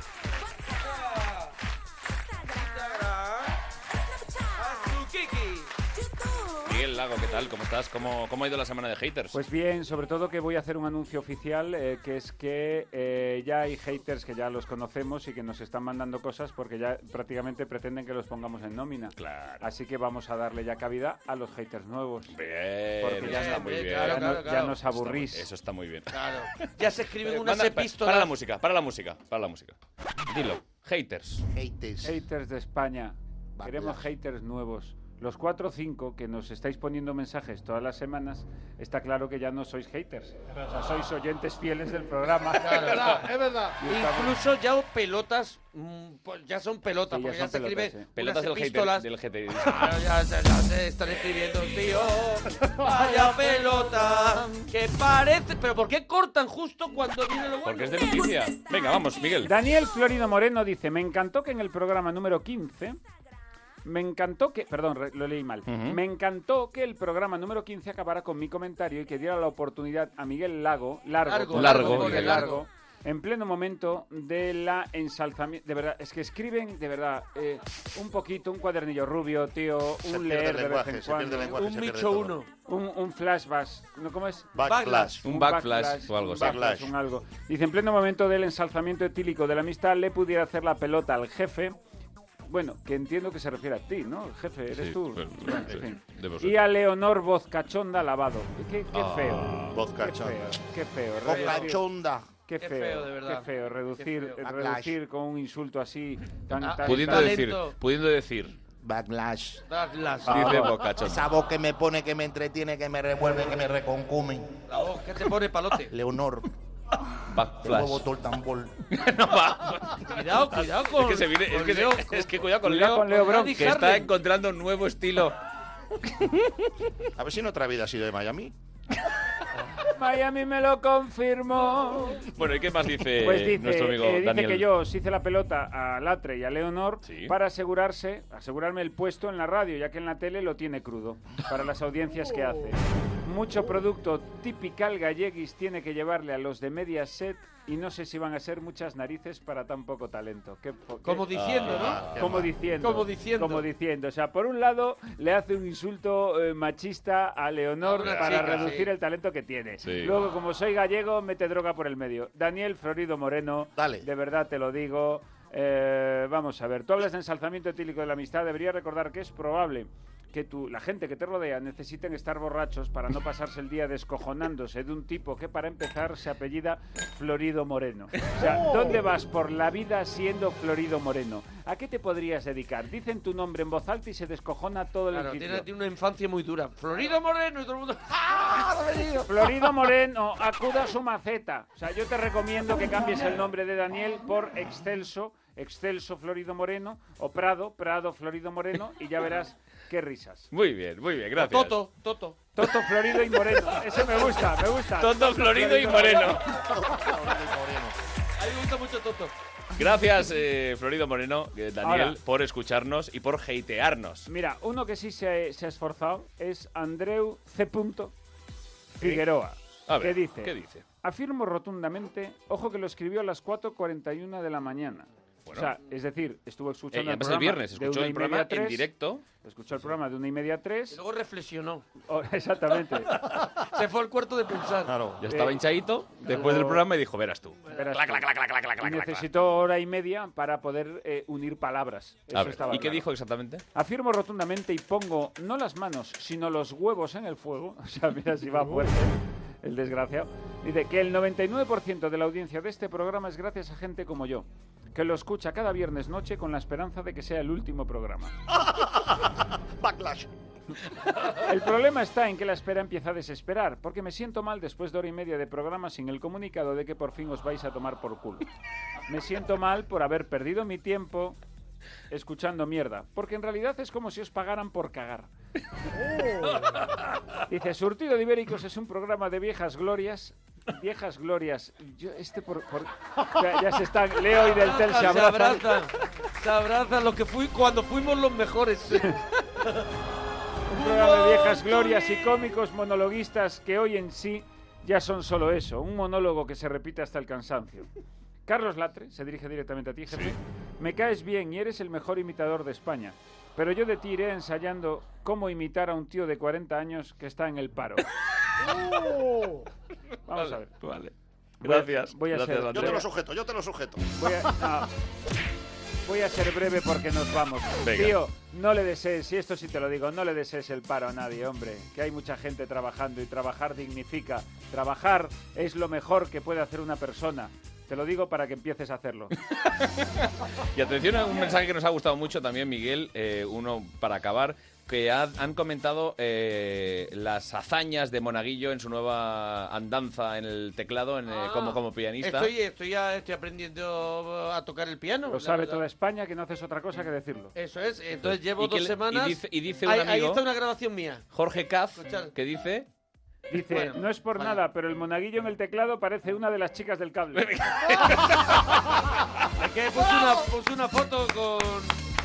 Miguel Lago, ¿qué tal? ¿Cómo estás? ¿Cómo, cómo ha ido la semana de haters?
Pues bien, sobre todo que voy a hacer un anuncio oficial, eh, que es que eh, ya hay haters que ya los conocemos y que nos están mandando cosas porque ya prácticamente pretenden que los pongamos en nómina.
claro.
Así que vamos a darle ya cabida a los haters nuevos.
Eh, Bien,
Porque ya
eso está
está-
muy
bien,
bien.
claro,
ya,
Está
no-
claro,
ya
claro.
nos
muy-
aburrís.
Eso está muy bien. Eh,
Claro. Ya se escriben unas
Manda- pa-
epístolas.
Para la música, para la música, para la música. Dilo, haters.
Hates.
Haters de España.
Va,
Queremos
la-
haters nuevos. Los cuatro o cinco que nos estáis poniendo mensajes todas las semanas, está claro que ya no sois haters. O sea, sois oyentes fieles del programa.
Es verdad, es verdad.
Incluso ya pelotas, mm, pues ya son pelotas,
Sí, ya
porque ya,
son
se
pelotas,
escriben
sí.
Pelotas
unas
del hater.
epístolas.
Del hater.
Claro, ya, se- ya se están escribiendo, tío. Vaya pelota, que parece. Pero ¿por qué cortan justo cuando viene lo bueno?
Porque es de noticia. Venga, vamos, Miguel.
Daniel Florido Moreno dice, me encantó que en el programa número 15... Me encantó que... Perdón, re- lo leí mal.
Ujú.
Me encantó que el programa número 15 acabara con mi comentario y que diera la oportunidad a Miguel Lago... Largo.
Largo,
Largo,
porque
Miguel.
largo. En pleno momento de la ensalzamiento... De verdad, es que escriben, de verdad, eh, un poquito, un cuadernillo rubio, tío,
Se
un
pierde
leer
el
de vez
lenguaje,
en
se pierde el
cuando,
lenguaje.
Un
se pierde
bicho
todo.
uno.
un, un flashback. ¿no? ¿Cómo es?
Backflash.
Un backflash o algo
un
así.
backflash, un algo. Dice, en pleno momento del ensalzamiento etílico de la amistad, le pudiera hacer la pelota al jefe. Bueno, que entiendo que se refiere a ti, ¿no? El jefe, eres
Sí,
tú.
pero-
Bueno,
sí,
en fin.
debo ser.
Y a Leonor Vozcachonda Lavado. Qué, qué
Ah,
feo. Qué
Vozcachonda.
feo. Qué feo.
Boca chonda.
Qué
Qué
feo,
feo, de verdad.
Qué feo, reducir,
Qué feo.
reducir con un insulto así tan,
Ah,
tan-
pudiendo
tan-
decir, pudiendo decir.
Backlash.
Backlash. Dice Bocachón.
Esa voz que me pone, que me entretiene, que me revuelve, que me reconcume.
La voz Oh, que te pone palote.
Leonor.
Backlash.
Luego botó el tambor.
Cuidado, cuidado con.
Es que, se viene- es que se-
Leo-
es que cuidado con
cuidado
Leo,
con Leo Bron,
que
que
está
Harlem.
encontrando un nuevo estilo.
A ver si en otra vida ha sido de Miami.
Miami me lo confirmó.
Bueno, ¿y qué más dice,
Pues dice,
nuestro amigo
eh, dice
Daniel?
que yo os hice la pelota a Latre y a Leonor para asegurarse, asegurarme el puesto en la radio, ya que en la tele lo tiene crudo, para las audiencias que hace. Mucho producto tipical galleguis tiene que llevarle a los de Mediaset y no sé si van a ser muchas narices para tan poco talento. Qué po- qué-
Como diciendo, Ah, ¿no? qué
Como
mal.
diciendo.
Como diciendo.
Como diciendo. O sea, por un lado le hace un insulto eh, machista a Leonor
A una
para
chica,
reducir
sí.
el talento que tiene.
Sí.
Luego, como soy gallego, mete droga por el medio. Daniel Florido Moreno, de verdad te lo digo. Eh, vamos a ver, tú hablas de ensalzamiento etílico de la amistad. Debería recordar que es probable que tú, la gente que te rodea necesiten estar borrachos para no pasarse el día descojonándose de un tipo que para empezar se apellida Florido Moreno. O sea, ¿dónde vas por la vida siendo Florido Moreno? ¿A qué te podrías dedicar? Dicen tu nombre en voz alta y se descojona todo el
Claro,
edificio.
tiene, tiene una infancia muy dura. Florido Moreno y todo el mundo.
Florido Moreno, acuda a su maceta. O sea, yo te recomiendo que cambies el nombre de Daniel por Excelso, Excelso Florido Moreno, o Prado, Prado Florido Moreno, y ya verás qué risas.
Muy bien, muy bien, gracias.
Toto, Toto.
Toto Florido y Moreno. Ese me gusta, me gusta.
Toto Florido y Moreno.
A mí me gusta mucho Toto.
Gracias, eh, Florido Moreno, eh, Daniel,
Ahora.
por escucharnos y por hatearnos.
Mira, uno que sí se, se ha esforzado es Andreu C. Figueroa.
A ver,
que dice,
¿qué dice?
Afirmo rotundamente, ojo que lo escribió a las 4.41 de la mañana. O
Bueno.
sea, es decir, estuvo escuchando
Eh,
el
además el
programa
viernes,
de
escuchó
una
el
y
programa
media a
en
tres,
directo.
Escuchó el programa de una y media a
Y
tres.
luego reflexionó.
o- exactamente.
Se fue al cuarto de pensar.
Claro.
Ya estaba
Eh,
hinchadito después
luego-
del programa y dijo, verás tú.
Verás
Clac,
tú.
clac, clac, clac, clac, clac,
Y
clac, clac.
necesitó hora y media para poder eh, unir palabras. Eso
A ver,
estaba
¿y qué
claro.
dijo exactamente?
Afirmo rotundamente y pongo no las manos, sino los huevos en el fuego. O sea, mira si va fuerte el desgraciado. Dice que el 99% de la audiencia de este programa es gracias a gente como yo, que lo escucha cada viernes noche con la esperanza de que sea el último programa.
Backlash.
El problema está en que la espera empieza a desesperar, porque me siento mal después de hora y media de programa sin el comunicado de que por fin os vais a tomar por culo. Me siento mal por haber perdido mi tiempo escuchando mierda, porque en realidad es como si os pagaran por cagar. Dice, Surtido de Ibéricos es un programa de viejas glorias. Viejas glorias. Yo, este por, por- ya, ya se están... Leo y del Tel se abrazan.
Se abrazan. Se abrazan los que fui cuando fuimos los mejores.
Un programa de viejas glorias y cómicos monologuistas que hoy en sí ya son solo eso, un monólogo que se repite hasta el cansancio. Carlos Latre se dirige directamente a ti, jefe. Me caes bien y eres el mejor imitador de España, pero yo de ti iré ensayando cómo imitar a un tío de 40 años que está en el paro.
Uh.
Vamos a ver.
Vale.
Voy a-
Gracias.
voy a ser-
Gracias,
Yo te lo
Andrea.
sujeto, yo te lo sujeto.
Voy a, ah, voy a ser breve porque nos vamos.
Venga.
Tío, no le desees, y esto sí te lo digo, no le desees el paro a nadie, hombre. Que hay mucha gente trabajando y trabajar dignifica. Trabajar es lo mejor que puede hacer una persona. Te lo digo para que empieces a hacerlo.
Y atención a un mensaje que nos ha gustado mucho también, Miguel, eh, uno para acabar, que ha- han comentado eh, las hazañas de Monaguillo en su nueva andanza en el teclado en, eh, como, como pianista.
Ah, Estoy, estoy, a- estoy aprendiendo a tocar el piano.
Lo
la
sabe
verdad.
toda España que no haces otra cosa que decirlo.
Eso es. Entonces llevo
Y
dos
que le- y
semanas.
dice- y dice un
ahí, ahí
amigo-
está una grabación mía.
Jorge Caz,
Escuchar.
que dice...
Dice,
Bueno,
no es por
vale.
nada, pero el monaguillo en el teclado parece una de las chicas del cable.
Es que puse Eh, pues una, puse una foto con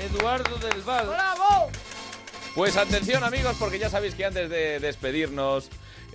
Eduardo del Val. ¡Bravo!
Pues atención amigos, porque ya sabéis que antes de despedirnos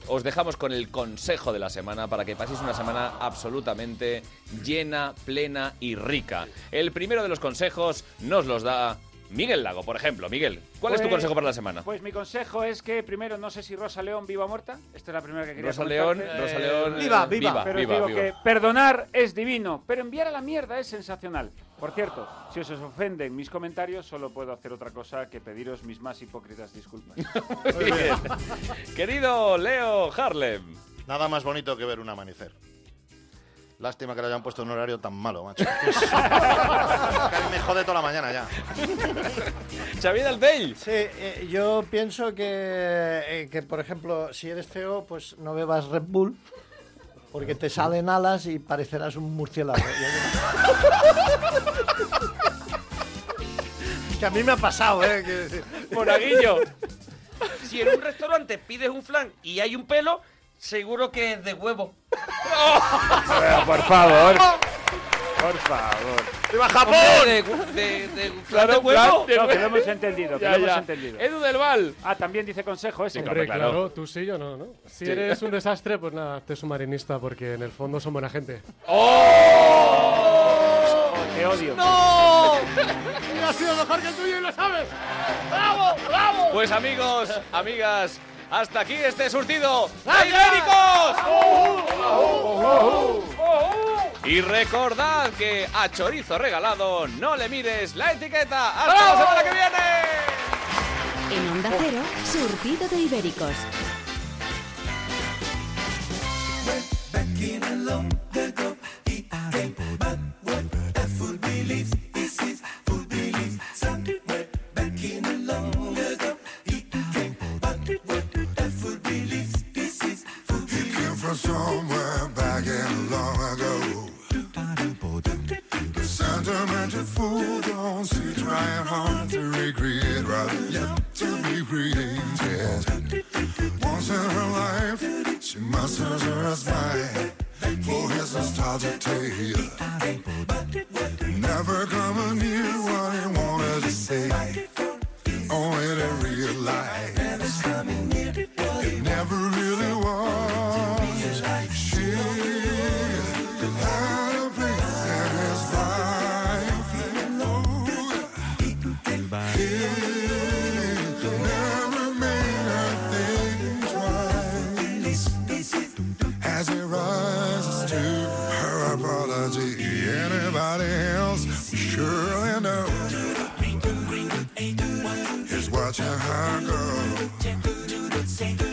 os dejamos con el consejo de la semana para que paséis una semana absolutamente llena, plena y rica. El primero de los consejos nos los da Miguel Lago, por ejemplo. Miguel, ¿cuál es tu
Pues-
consejo para la semana?
Pues mi consejo es que primero no sé si Rosa León viva o muerta. Esta es la primera que quería
Rosa
comentarte.
León, Rosa León, eh,
viva,
viva,
viva, Pero os
viva,
digo
viva.
que perdonar es divino, pero enviar a la mierda es sensacional. Por cierto, si os ofenden mis comentarios, solo puedo hacer otra cosa que pediros mis más hipócritas disculpas.
Bien. Querido Leo Harlem.
Nada más bonito que ver un amanecer. Lástima que lo hayan puesto en un horario tan malo, macho. me jode toda la mañana ya.
Xavier Aldell.
Sí, eh, yo pienso que, eh, que, por ejemplo, si eres CEO, pues no bebas Red Bull, porque te salen alas y parecerás un murciélago. que a mí me ha pasado, ¿eh? quiero decir.
Monaguillo. Si en un restaurante pides un flan y hay un pelo, seguro que es de huevo.
Pero, por favor. Por favor.
¡Viva Japón! De, de, de flan de huevo.
No, que lo hemos entendido, que
Ya,
lo hemos
ya.
entendido.
Edu del Val.
Ah, también dice consejo ese.
Hombre, claro. tú sí, yo no, ¿no? Si
Sí.
eres un desastre, pues nada, te submarinista, porque en el fondo son buena gente.
¡Oh!
Oh.
Te odio.
¡No!
ha sido mejor que el tuyo y lo sabes. ¡Bravo, bravo!
Pues amigos, amigas, hasta aquí este surtido de Ibéricos. Y recordad que a chorizo regalado no le mires la etiqueta. ¡Hasta la semana que viene!
En Onda Cero, surtido de ibéricos.
Came from somewhere back in long ago. The sentimental fool don't see trying hard to recreate rather yet to be created. Once in her life, she musters her smile for his nostalgic tale. Never coming near what he wanted to say, only to realize it never really was. She had a place in his life. He never made her think twice as he rises to her apology. Anybody else would surely know is watching her go.